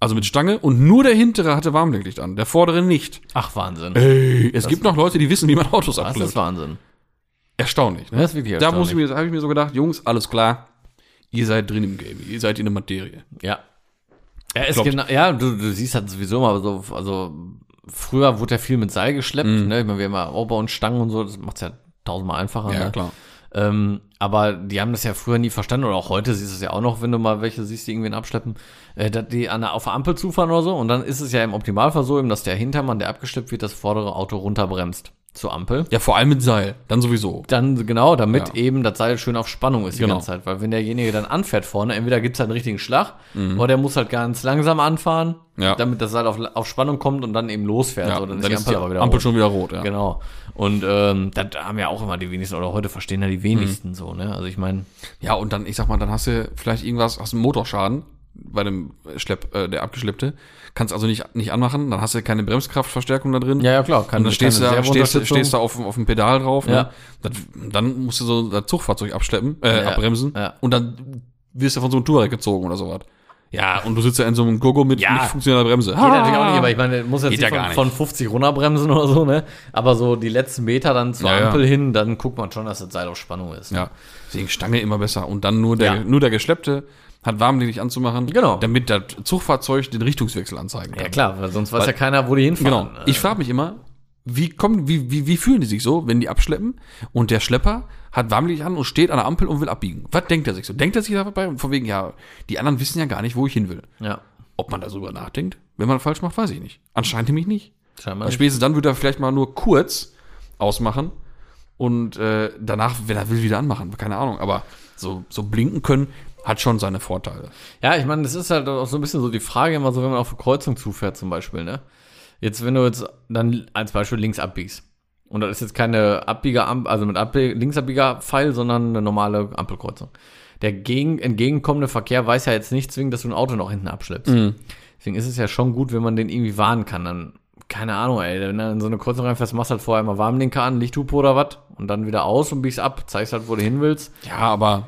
Also mit Stange und nur der hintere hatte Warnblinklicht an, der vordere nicht. Ach, Äh, Wahnsinn. Ey, es gibt noch Leute, die wissen, wie man Autos das ist abschleppt. Wahnsinn. Erstaunlich, ne? Das ist wirklich Da muss ich mir, erstaunlich. da habe ich mir so gedacht, Jungs, alles klar, ihr seid drin im Game, ihr seid in der Materie. Ja. Ja, ist Kloppt. genau, ja du, du siehst halt sowieso mal so, also früher wurde ja viel mit Seil geschleppt, ne? Ich meine, wir haben ja Aufbau und Stangen und so, das macht's ja tausendmal einfacher. ne? klar. Ähm, aber die haben das ja früher nie verstanden oder auch heute siehst du es ja auch noch, wenn du mal welche siehst, die irgendwen abschleppen, äh, dass die an der, auf der Ampel zufahren oder so. Und dann ist es ja im Optimalfall so, eben, dass der Hintermann, der abgeschleppt wird, das vordere Auto runterbremst zur Ampel. Ja, vor allem mit Seil, dann sowieso. Dann genau, damit Ja. eben das Seil schön auf Spannung ist die Genau. ganze Zeit. Weil wenn derjenige dann anfährt vorne, entweder gibt's halt einen richtigen Schlag oder der muss halt ganz langsam anfahren, Mhm. Ja. damit das Seil auf, auf Spannung kommt und dann eben losfährt. Ja, So, dann ist die Ampel, rot. schon wieder rot, ja. Genau. Und ähm, das haben ja auch immer die wenigsten, oder heute verstehen ja die wenigsten Mhm. so, ne? Also ich meine, Ja, und dann, ich sag mal, dann hast du vielleicht irgendwas, hast einen Motorschaden bei dem Schlepp, äh, der abgeschleppte, kannst also nicht, nicht anmachen, dann hast du keine Bremskraftverstärkung da drin. Ja, ja, klar. Kann, Und dann stehst du, keine da, stehst, du- Servounterstützung. stehst du auf, dem- auf dem Pedal drauf. Ne? Ja. Das, dann musst du so das Zugfahrzeug abschleppen, äh, Ja, abbremsen. ja. Und dann wirst du von so einem Touareg gezogen oder sowas. Ja, und du sitzt ja in so einem Gogo mit Ja. nicht funktioneller Bremse. Geht natürlich auch nicht, aber ich meine, muss jetzt Ah. Geht nicht ja von, gar nicht. von 50 runterbremsen oder so, ne? Aber so die letzten Meter dann zur Ja, ja. Ampel hin, dann guckt man schon, dass das Seil auf Spannung ist. ja, deswegen Stange immer besser. Und dann nur der, Ja. nur der Geschleppte hat warmlinig anzumachen, Genau. damit das Zugfahrzeug den Richtungswechsel anzeigen kann. Ja, klar, weil sonst weiß ja keiner, wo die Genau. hinfahren. Äh, Ich frage mich immer, wie kommen, wie, wie, wie fühlen die sich so, wenn die abschleppen und der Schlepper hat warmlich an und steht an der Ampel und will abbiegen? Was denkt er sich so? Denkt er sich dabei von wegen, ja, die anderen wissen ja gar nicht, wo ich hin will. Ja, Ob man da so drüber nachdenkt? Wenn man falsch macht, weiß ich nicht. Anscheinend nämlich nicht. scheinbar. Weil spätestens dann würde er vielleicht mal nur kurz ausmachen und äh, danach, wenn er will, wieder anmachen. Keine Ahnung, aber so, so blinken können hat schon seine Vorteile. Ja, ich meine, das ist halt auch so ein bisschen so die Frage immer so, wenn man auf eine Kreuzung zufährt zum Beispiel, ne? Jetzt, wenn du jetzt dann als Beispiel links abbiegst. Und das ist jetzt keine Abbieger, also mit Abbieg, Linksabbiegerpfeil, sondern eine normale Ampelkreuzung. Der gegen, entgegenkommende Verkehr weiß ja jetzt nicht zwingend, dass du ein Auto noch hinten abschleppst. Mhm. Deswegen ist es ja schon gut, wenn man den irgendwie warnen kann. Dann, keine Ahnung, ey, wenn du in so eine Kreuzung reinfährst, machst halt vorher mal Warnlinker an, Lichthupe oder was und dann wieder aus und biegst ab, zeigst halt, wo du hin willst. Ja, aber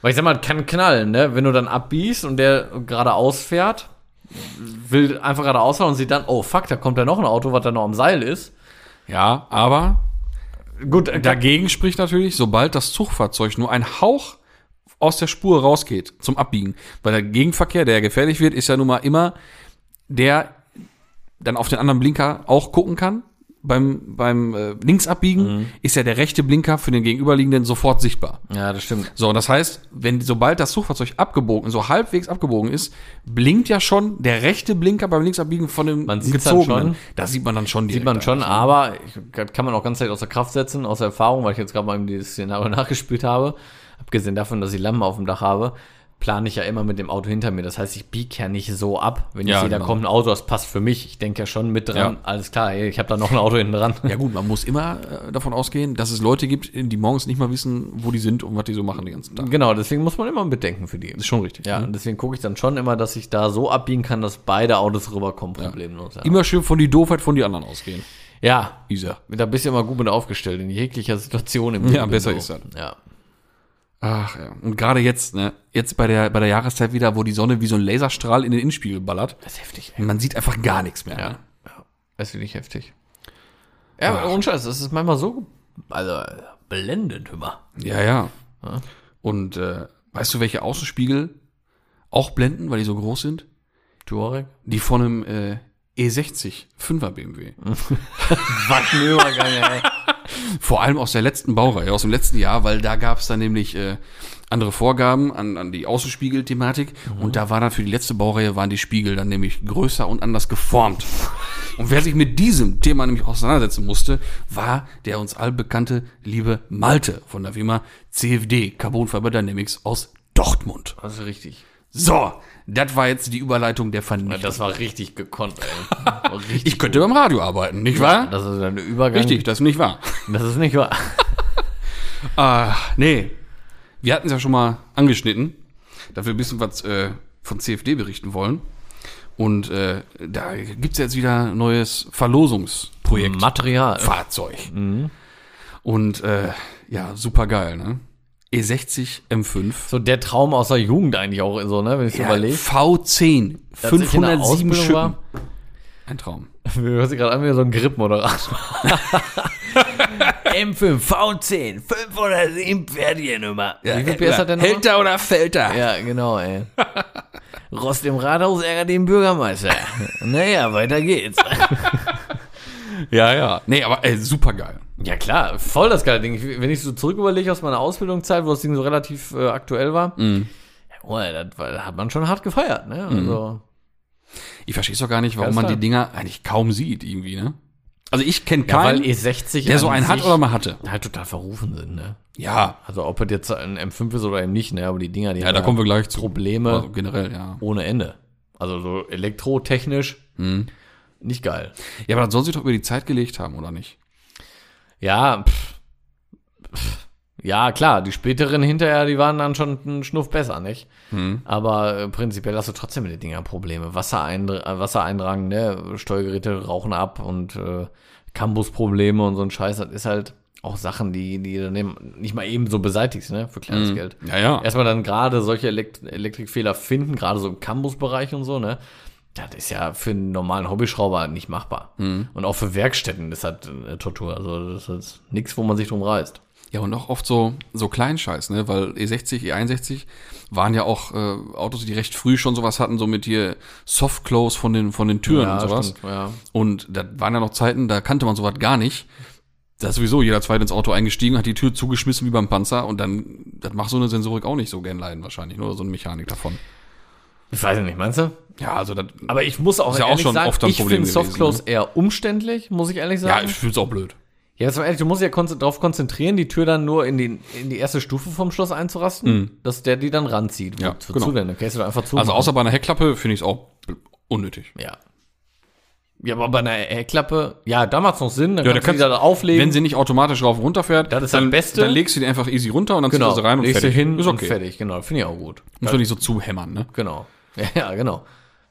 Weil ich sag mal, kann knallen, ne? Wenn du dann abbiegst und der geradeaus fährt, will einfach geradeaus fahren und sieht dann, oh fuck, da kommt ja noch ein Auto, was da noch am Seil ist. ja, aber Gut, äh, da Dagegen spricht natürlich, sobald das Zugfahrzeug nur ein Hauch aus der Spur rausgeht zum Abbiegen, weil der Gegenverkehr, der ja gefährlich wird, ist ja nun mal immer der dann auf den anderen Blinker auch gucken kann. Beim, beim äh, Linksabbiegen Mhm. ist ja der rechte Blinker für den Gegenüberliegenden sofort sichtbar. Ja, das stimmt. So, und das heißt, wenn sobald das Suchfahrzeug abgebogen, so halbwegs abgebogen ist, blinkt ja schon der rechte Blinker beim Linksabbiegen von dem Man sieht's dann schon. Das sieht man dann schon direkt. Sieht man schon, aber ich, das kann man auch ganz leicht außer Kraft setzen, aus Erfahrung, weil ich jetzt gerade mal eben dieses Szenario nachgespielt habe. Abgesehen davon, dass ich Lampen auf dem Dach habe, plane ich ja immer mit dem Auto hinter mir. Das heißt, ich biege ja nicht so ab, wenn ich Ja, sehe, da genau. kommt ein Auto, das passt für mich. Ich denke ja schon mit dran, Ja. alles klar, ey, ich habe da noch ein Auto hinten dran. Ja gut, man muss immer äh, davon ausgehen, dass es Leute gibt, die morgens nicht mal wissen, wo die sind und was die so machen den ganzen Tag. Genau, deswegen muss man immer bedenken für die. Ist schon richtig. Ja, und deswegen gucke ich dann schon immer, dass ich da so abbiegen kann, dass beide Autos rüberkommen, problemlos. Ja, Immer schön von die Doofheit von die anderen ausgehen. ja Isa. da bist du immer gut mit aufgestellt, in jeglicher Situation im Leben besser so. ist das. Ja. Ach ja. Und gerade jetzt, ne? Jetzt bei der, bei der Jahreszeit wieder, wo die Sonne wie so ein Laserstrahl in den Innenspiegel ballert. Das ist heftig, ey. Man sieht einfach gar nichts mehr. ne. Ja. Das finde ich heftig. Ja, aber ohne Scheiß, das ist manchmal so also, blendend immer. Ne? ja, ja. Und äh, weißt du, welche Außenspiegel auch blenden, weil die so groß sind? Tuareg? Die von einem äh, E60 5er BMW. Was ein Übergang, ey. Vor allem aus der letzten Baureihe, aus dem letzten Jahr, weil da gab es dann nämlich äh, andere Vorgaben an, an die Außenspiegel-Thematik. Mhm. Und da war dann für die letzte Baureihe waren die Spiegel dann nämlich größer und anders geformt. Und wer sich mit diesem Thema nämlich auseinandersetzen musste, war der uns allbekannte liebe Malte von der Firma CFD, Carbon Fiber Dynamics aus Dortmund. Das ist richtig. So, das war jetzt die Überleitung der Vernichtung. Das war richtig gekonnt, ey. War Richtig. Ich könnte beim Radio arbeiten, nicht wahr? Das ist ein Übergang. Richtig, das ist nicht wahr. Das ist nicht wahr. Ah, nee. Wir hatten es ja schon mal angeschnitten, dass wir ein bisschen was äh, von CFD berichten wollen. Und äh, da gibt es jetzt wieder ein neues Verlosungsprojekt. Material. Fahrzeug. Und äh, ja, super geil, ne? E60 M5. So der Traum aus der Jugend eigentlich auch so, ne? Wenn ich Ja, überlege. V10, Als ich in der 507 Ausbildung Schippen. war- Ein Traum. Wir hören sich gerade an wie so ein Grip-Moderator. M5, V10, 507 Pferdchenummer. Wie viel PS hat der noch? Hält er äh, oder fällt er? Ja, genau, ey. Rost im Rathaus ärgert den Bürgermeister. Naja, weiter geht's. ja. ja. Nee, aber äh, ey, super geil. Ja klar, voll das geile Ding. Ich- Wenn ich so zurück überlege aus meiner Ausbildungszeit, wo das Ding so relativ äh, aktuell war, Mhm. ja, oh, das, war- das hat man schon hart gefeiert, ne? Also, Ich verstehe es doch gar nicht, warum Ganz man klar. die Dinger eigentlich kaum sieht, irgendwie, ne? Also ich kenne ja, weil keinen, E60 der so an einen hat sich oder mal hatte. halt total verrufen sind, ne? Ja, Also ob es jetzt ein M5 ist oder eben nicht, ne? Aber die Dinger, die ja, da kommen wir gleich zu. Probleme Also generell, ja. ohne Ende. Also so elektrotechnisch Hm. nicht geil. Ja, aber das soll sich doch über die Zeit gelegt haben, oder nicht? Ja, pff, pff. ja klar, die späteren hinterher, die waren dann schon einen Schnuff besser, nicht? Hm. Aber äh, prinzipiell hast du trotzdem mit den Dingern Probleme. Wassereindr äh, Wassereindrang, ne? Steuergeräte rauchen ab und äh, Campusprobleme und so ein Scheiß. Das ist halt auch Sachen, die, die du dann nicht mal eben so beseitigst, ne? Für kleines Geld. Ja, ja. Erstmal dann gerade solche Elekt Elektrikfehler finden, gerade so im Campusbereich und so, ne? Das ist ja für einen normalen Hobbyschrauber nicht machbar. Mhm. Und auch für Werkstätten ist das eine Tortur. Also das ist nichts, wo man sich drum reißt. Ja, und auch oft so, so Kleinscheiß, ne? Weil E60, E61 waren ja auch äh, Autos, die recht früh schon sowas hatten, so mit hier Softclose von den, von den Türen und sowas. stimmt, ja. Und da waren ja noch Zeiten, da kannte man sowas gar nicht. Da ist sowieso jeder zweite ins Auto eingestiegen, hat die Tür zugeschmissen wie beim Panzer und dann, das macht so eine Sensorik auch nicht so gern leiden wahrscheinlich, ne? oder so eine Mechanik davon. Ich weiß nicht, meinst du? Ja, also das, Aber ich muss auch, Ist ja auch ehrlich schon sagen, oft ein ich Problem finde gewesen, ne? Softclose eher umständlich, muss ich ehrlich ja, sagen. ich fühl's auch blöd. Ja, jetzt mal ehrlich, du musst dich ja konz darauf konzentrieren, die Tür dann nur in die, in die erste Stufe vom Schloss einzurasten, dass der die dann ranzieht. Mhm. Ja, Wozu genau. denn? Dann kannst du doch einfach zu. Also außer bei einer Heckklappe finde ich es auch bl- unnötig. Ja. Ja, aber bei einer Heckklappe, ja, da macht's noch Sinn, dann Ja, kannst da du die da auflegen. Wenn sie nicht automatisch rauf und runter fährt, Das ist dann, das Beste. dann legst du die einfach easy runter und dann genau, ziehst du sie rein und legst du fertig. hin ist und okay. fertig, genau, finde ich auch gut. Muss doch nicht so zuhämmern, ne? Genau. Ja, ja, genau.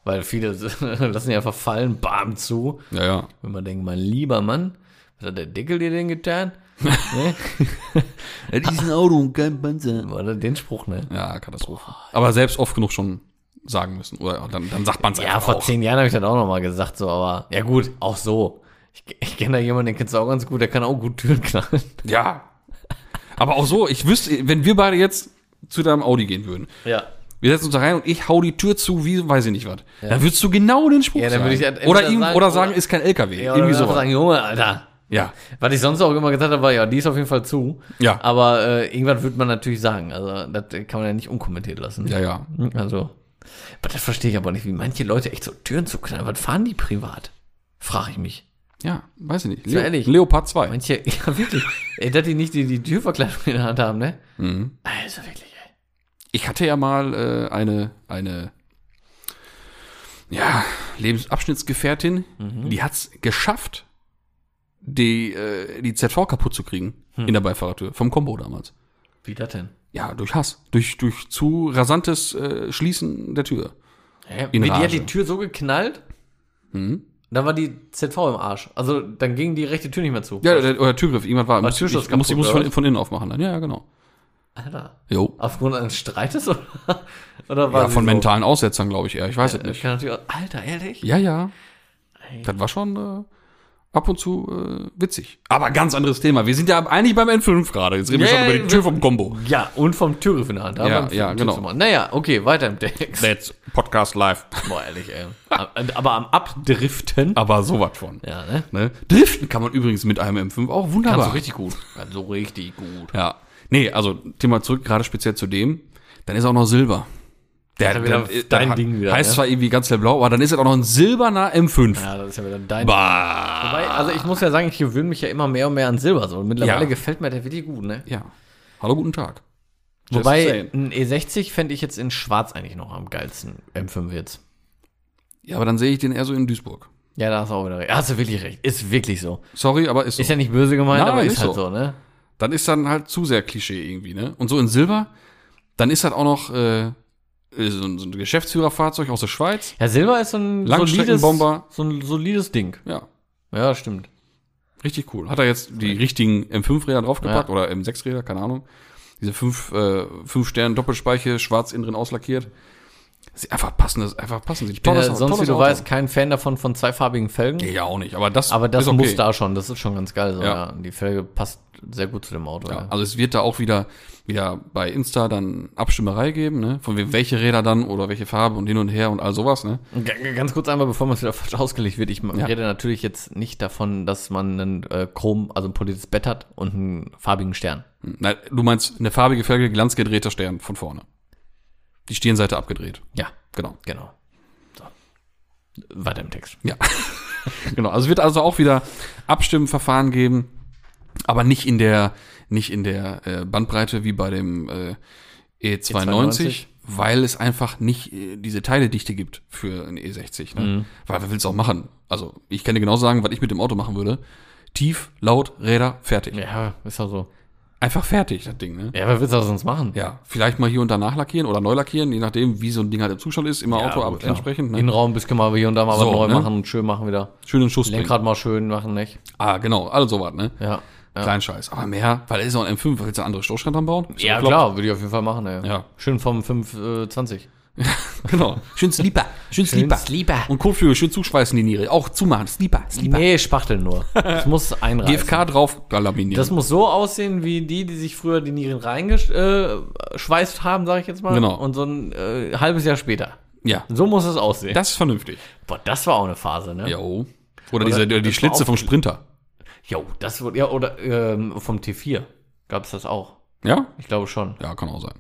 Weil viele lassen die einfach fallen, bam, zu. Ja, ja. Wenn man denkt, mein lieber Mann, was hat der Deckel dir denn getan? Das ist ein Auto und kein Panzer. War das den Spruch, ne? Ja, Katastrophe. Aber selbst oft genug schon sagen müssen. Oder dann, dann sagt man's Ja, einfach vor auch. zehn Jahren habe ich das auch nochmal gesagt, so, aber ja gut, auch so. Ich, ich kenne da jemanden, den kennst du auch ganz gut, der kann auch gut Türen knallen. Ja. Aber auch so, ich wüsste, wenn wir beide jetzt zu deinem Audi gehen würden, Ja. wir setzen uns da rein und ich hau die Tür zu, wie weiß ich nicht was. Dann würdest du genau den Spruch Ja, dann würde ich sagen. halt oder, entweder ihm, sagen, oder sagen, oder- ist kein LKW. Ja, irgendwie oder sowas. sagen, Junge, Alter. Ja. Was ich sonst auch immer gesagt habe, war ja, die ist auf jeden Fall zu. Ja. Aber äh, irgendwann wird man natürlich sagen. Also, das äh, kann man ja nicht unkommentiert lassen. Ja, ja. Also. Aber das verstehe ich aber nicht, wie manche Leute echt so Türen zu knallen. Was fahren die privat? Frage ich mich. Ja, weiß ich nicht. mal ehrlich. Leopard 2. Manche, ja wirklich. ey, dass die nicht die, die Türverkleidung in der Hand haben, ne? Mhm. Also wirklich, ey. Ich hatte ja mal äh, eine, eine ja, Lebensabschnittsgefährtin, Mhm. die hat's geschafft, die, äh, die ZV kaputt zu kriegen Hm. in der Beifahrertür vom Combo damals. Wie das denn? Ja, durch Hass, durch, durch zu rasantes äh, Schließen der Tür. Hä? In Wie, die Rage. Mhm. hat die Tür so geknallt, dann war die ZV im Arsch. Also dann ging die rechte Tür nicht mehr zu. Ja, der, oder Türgriff, irgendwann war, muss ich, Türschloss muss, ich- kaputt, muss ich oder von, von innen aufmachen dann. Ja, ja, genau. Alter. Jo. Aufgrund eines Streites oder, oder war Ja, sie von so? Äh, mentalen Aussetzern, glaube ich eher. Ich weiß es Ich nicht. kann natürlich auch, Alter, ehrlich? Ja, ja. Ey. Das war schon äh, ab und zu äh, witzig. Aber ganz anderes Thema. Wir sind ja eigentlich beim N5 gerade. Jetzt reden wir Ja, schon ja, über die wir- Tür vom Combo. Ja, und vom Türgriff in der Hand. Da Ja, haben wir ja, einen genau. Tipp zu machen. Naja, okay, weiter im Text. Let's Podcast live. Boah, ehrlich, ey. Aber am Abdriften. Aber sowas von. Ja, ne? Ne? Driften kann man übrigens mit einem M5 auch wunderbar. Kannst du richtig gut. Also Kannst du richtig gut. Ja. Nee, also Thema zurück, gerade speziell zu dem. Dann ist auch noch Silber. Der, Dann wieder dein hat- äh, Ding wieder, Heißt ne? zwar irgendwie ganz hell blau, aber dann ist es auch noch ein silberner M5. Ja, das ist ja wieder dein. Bah. Wobei, also ich muss ja sagen, ich gewöhne mich ja immer mehr und mehr an Silber. So. Und mittlerweile Ja. gefällt mir der wirklich gut, ne? Ja. Hallo, guten Tag. Just Wobei, saying. ein E60 fände ich jetzt in Schwarz eigentlich noch am geilsten. M5 jetzt. Ja, aber dann sehe ich den eher so in Duisburg. Ja, da hast du auch wieder recht. Hast du wirklich recht. Ist wirklich so. Sorry, aber ist so. Ist ja nicht böse gemeint, Nein, aber ist ist halt so. so, ne? dann ist dann halt zu sehr Klischee irgendwie, ne? Und so in Silber, dann ist halt auch noch äh, so, ein, so ein Geschäftsführerfahrzeug aus der Schweiz. Ja, Silber ist so ein solides, Langstreckenbomber. so ein solides Ding. Ja, Ja, stimmt. richtig cool. Hat er jetzt die richtigen M5-Räder draufgepackt oder M6-Räder, keine Ahnung. Diese fünf, äh, fünf Sterne Doppelspeiche, schwarz innen drin auslackiert. Das ist einfach passendes, einfach passend. Ich Bin ja, sonst, wie du weißt, kein Fan davon von zweifarbigen Felgen. ja auch nicht, aber das Aber das ist okay. muss da schon. Das ist schon ganz geil. So, Ja. ja. Die Felge passt sehr gut zu dem Auto. Ja, also es wird da auch wieder, wieder bei Insta dann Abstimmerei geben, ne? Von wem welche Räder dann oder welche Farbe und hin und her und all sowas, ne? G- Ganz kurz einmal, bevor man es wieder falsch ausgelegt wird. Ich m- Ja. rede natürlich jetzt nicht davon, dass man einen äh, Chrom, also ein poliertes Bett hat und einen farbigen Stern. Nein, du meinst eine farbige Felge, glanzgedrehter Stern von vorne. Die Stirnseite abgedreht. Ja, Genau. genau. So. Weiter im Text. Ja. genau. Also es wird also auch wieder Abstimmenverfahren geben, aber nicht in der, nicht in der äh, Bandbreite wie bei dem äh, E E92, E92. weil es einfach nicht äh, diese Teiledichte gibt für ein E60. Ne? Mhm. Weil wir willst auch machen. Also ich kann dir genau sagen, was ich mit dem Auto machen würde. Tief, laut, Räder, fertig. Ja, ist ja so. Einfach fertig, das Ding, ne? Ja, wer willst du das sonst machen? Ja, vielleicht mal hier und da nachlackieren oder neu lackieren, je nachdem, wie so ein Ding halt im Zustand ist, immer Auto ab, klar. entsprechend. Ne? Innenraum bis können wir hier und da mal So, was neu ne? machen und schön machen wieder. Schönen Schuss bringen. Lenkrad mal schön machen, nicht? Ah, genau, alles sowas, ne? Ja. Ja, Kleinen Scheiß. Aber mehr, weil er ist auch ein M5, willst du einen anderen Stoßstand dran bauen? Ist ja doch klar, würde ich auf jeden Fall machen, ey. Ja. Schön vom äh, 520. bekloppt. Genau. Schön Sleeper, schön Sleeper. Sleeper. Und Kotflügel schön zuschweißen die Niere. Auch zumachen, Sleeper, Sleeper. Nee, also spachteln nur. Das muss einreißen. GFK drauf galaminieren. Das muss so aussehen wie die, die sich früher die Nieren reingeschweißt haben, sage ich jetzt mal. Genau. Und so ein äh, halbes Jahr später. ja, So muss es aussehen. das ist vernünftig. Boah, das war auch eine Phase, ne? Jo. Oder, diese, die, das war die Schlitze auch- vom Sprinter. Jo, das wurde, ja, oder ähm, vom T4 gab es das auch. Ja? Ich glaube schon. Ja, kann auch sein.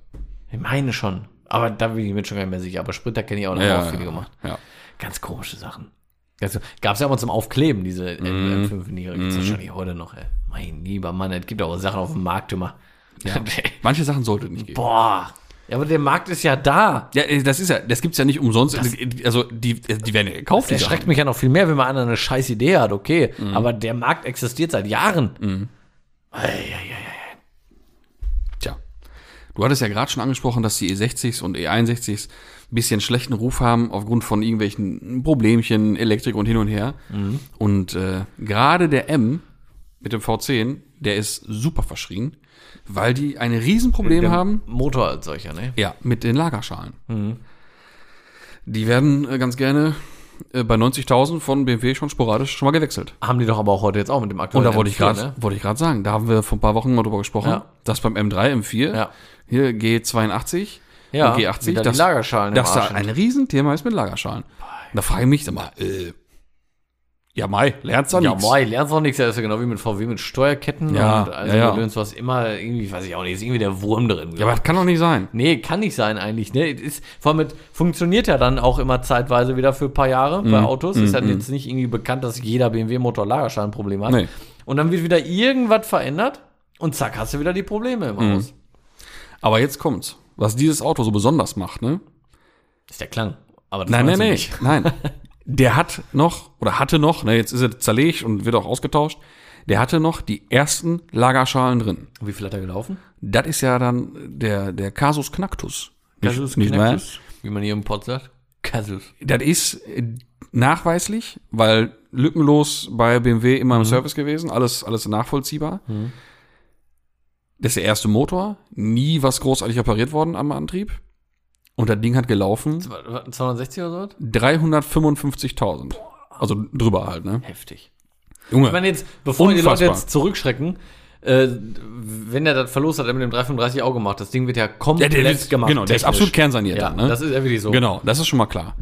Ich meine schon. Aber da bin ich mir schon gar nicht mehr sicher. Aber Sprinter kenne ich auch noch Ja, auch ja, viele ja. gemacht. Ja. Ganz komische Sachen. Also, gab es ja immer zum Aufkleben, diese äh, Mhm. M- M5-Niere. Gibt es wahrscheinlich heute noch, ey. Mein lieber Mann, es gibt auch Sachen auf dem Markt immer. Manche Sachen sollte nicht gehen. Boah. Ja, aber der Markt ist ja da. Ja, äh, das ist ja, das gibt's ja nicht umsonst. also, die, die werden ja Mhm. gekauft, die Das Sachen. erschreckt mich ja noch viel mehr, wenn man einer eine scheiß Idee hat, okay. Aber der Markt existiert seit Jahren. Mhm. Tja. Du hattest ja gerade schon angesprochen, dass die E60s und E61s ein bisschen schlechten Ruf haben aufgrund von irgendwelchen Problemchen, Elektrik und hin und her. Und äh, gerade der M mit dem V10, der ist super verschrien, weil die ein Riesenproblem haben. Motor als solcher, ne? Ja, mit den Lagerschalen. Die werden äh, ganz gerne äh, bei 90.000 von BMW schon sporadisch schon mal gewechselt. Haben die doch aber auch heute jetzt auch mit dem Und aktuellen. da wollte ich M4, gerade ne? wollte ich gerade sagen, da haben wir vor ein paar Wochen mal drüber gesprochen, Ja. dass beim M3, M4, Ja. hier G82, Ja, G80, wieder die Lagerschalen im dass da Arsch sind. ein Riesenthema ist mit Lagerschalen. Da frage ich mich, sag mal, äh, ja, Mai, lernst du Ja, nix. boah, ich lernst auch nichts. Das ist ja genau wie mit VW, mit Steuerketten Ja, und also ja, ja. Gedöns, was immer irgendwie, weiß ich auch nicht, ist irgendwie der Wurm drin. Ja, aber das kann doch nicht sein. nee, kann nicht sein eigentlich. Ne? Es Ist, vor allem mit, funktioniert ja dann auch immer zeitweise wieder für ein paar Jahre Mhm. bei Autos. Ist ja jetzt nicht irgendwie bekannt, dass jeder BMW-Motor Lagerschadenproblem hat. Nee. Und dann wird wieder irgendwas verändert und zack, hast du wieder die Probleme im Mhm. Haus. Aber jetzt kommt's. Was dieses Auto so besonders macht, ne? Ist der Klang. Aber das Nein, nein, meinst du nein, nicht. nein. Der hat noch, oder hatte noch, ne, jetzt ist er zerlegt und wird auch ausgetauscht. Der hatte noch die ersten Lagerschalen drin. Und Wie viel hat er gelaufen? Das ist ja dann der, der Casus Knactus. Nicht- nicht wahr? Knackus, Wie man hier im Pott sagt. Kasus. Das ist äh, nachweislich, weil lückenlos bei BMW immer im Mhm. Service gewesen, alles, alles nachvollziehbar. Das ist der erste Motor, nie was großartig repariert worden am Antrieb. Und das Ding hat gelaufen 260 oder so? was? 355.000. Also drüber halt, ne? Heftig. Junge. Ich meine jetzt, bevor die Unfassbar. Leute jetzt zurückschrecken, äh, wenn er das verlost hat, er mit dem 335 auch gemacht. Das Ding wird ja Ja, komplett der ist, gemacht. Genau, der ist technisch. absolut kernsaniert. Ja, dann, ne? das ist ja wirklich so. genau, das ist schon mal klar.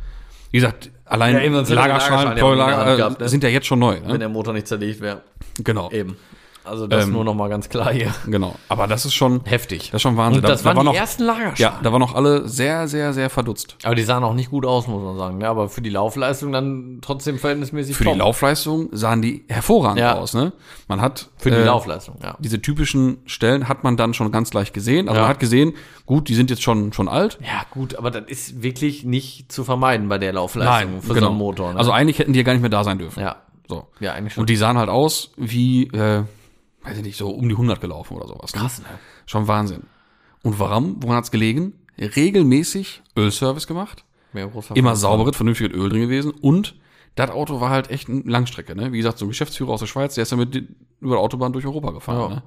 Wie gesagt, allein Ja, eben, sonst hätte er Lagerschalen, Lagerschalen ja auch in der Lager, Hand äh, gehabt, ne? sind ja jetzt schon neu. Wenn Ne? Ähm, der Motor nicht zerlegt wäre. Genau, Eben. Also das nur noch mal ganz klar hier. genau. Aber das ist schon, das Heftig. ist schon Wahnsinn. Und das Also da, da waren war die noch, ersten Lagerschalen. ja, da waren noch alle sehr, sehr, sehr verdutzt. Aber die sahen auch nicht gut aus, muss man sagen. Ja, aber für die Laufleistung dann trotzdem verhältnismäßig Für die Laufleistung sahen die hervorragend Ja. aus. Ne? Man hat Für die äh, Laufleistung, ja. diese typischen Stellen hat man dann schon ganz leicht gesehen. Also Ja. man hat gesehen, gut, die sind jetzt schon schon alt. Ja, gut, aber das ist wirklich nicht zu vermeiden bei der Laufleistung für so einen Motor. Ne? Also eigentlich hätten die ja gar nicht mehr da sein dürfen. ja. So. ja, eigentlich schon. Und die sahen halt aus wie, äh, weiß ich nicht, so um die 100 gelaufen oder sowas. krass, ne? Schon Wahnsinn. Und warum? Woran hat's gelegen? Regelmäßig Ölservice gemacht. Mehr großer Immer sauberes, vernünftiges Öl drin gewesen. Und das Auto war halt echt eine Langstrecke. Ne? Wie gesagt, so ein Geschäftsführer aus der Schweiz, der ist damit die- über die Autobahn durch Europa gefahren. Ja. Ne?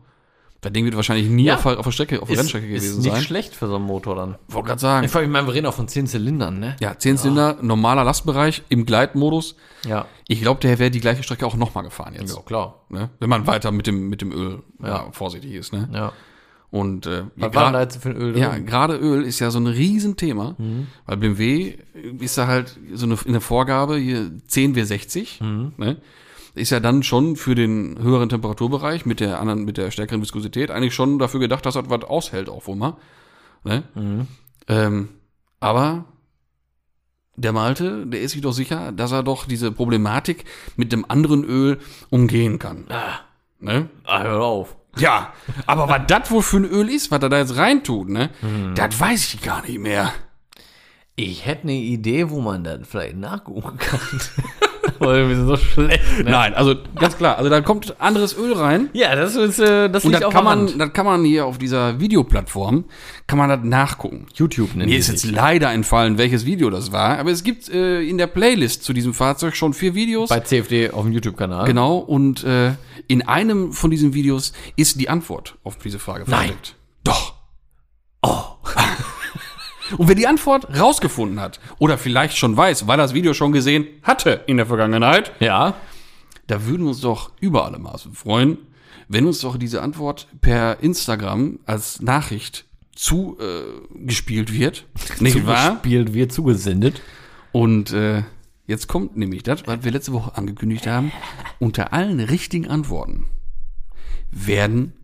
Das Ding wird wahrscheinlich nie Ja. auf, der- auf der Strecke, auf der ist, Rennstrecke ist gewesen nicht sein. schlecht für so einen Motor dann. Wollte gerade sagen. Ich frage mich, mal, wir reden auch von 10 Zylindern, ne? Ja, 10 Zylinder, normaler Lastbereich im Gleitmodus. Ja. Ich glaube, der wäre die gleiche Strecke auch nochmal gefahren jetzt. Ja, klar. Ne? Wenn man weiter mit dem, mit dem Öl ja. vorsichtig ist. Ne? Ja. Und äh, Was gra- war denn da jetzt für ein Öl ja, drin? Mhm. gerade Öl ist ja so ein Riesenthema, weil BMW ist da halt so eine, in der Vorgabe hier 10 W60, Mhm. ne? ist ja dann schon für den höheren Temperaturbereich mit der anderen, mit der stärkeren Viskosität eigentlich schon dafür gedacht, dass das was aushält auch wohl mal. Ne? Mhm. Ähm, aber der Malte, der ist sich doch sicher, dass er doch diese Problematik mit dem anderen Öl umgehen kann. Ne? Ah, hör auf. Ja, aber was das wohl für ein Öl ist, was er da jetzt reintut, ne? Das weiß ich gar nicht mehr. Ich hätte eine Idee, wo man dann vielleicht nachgucken kann. Weil wir sind so schlecht. Ne? Nein, also ganz klar, also da kommt anderes Öl rein Ja, das ist äh, das und liegt das auf kann der man, Hand. das kann man hier auf dieser Videoplattform, kann man das nachgucken. YouTube nennt Mir ist jetzt leider entfallen, welches Video das war, aber es gibt äh, in der Playlist zu diesem Fahrzeug schon vier Videos. bei CFD auf dem YouTube-Kanal. genau, und äh, in einem von diesen Videos ist die Antwort auf diese Frage versteckt. Doch. Und wer die Antwort rausgefunden hat oder vielleicht schon weiß, weil er das Video schon gesehen hatte in der Vergangenheit, Ja. da würden wir uns doch über alle Maßen freuen, wenn uns doch diese Antwort per Instagram als Nachricht zugespielt äh, gespielt wird. Nicht wahr? Zugespielt wird zugesendet. Und äh, jetzt kommt nämlich das, was wir letzte Woche angekündigt haben. Unter allen richtigen Antworten werden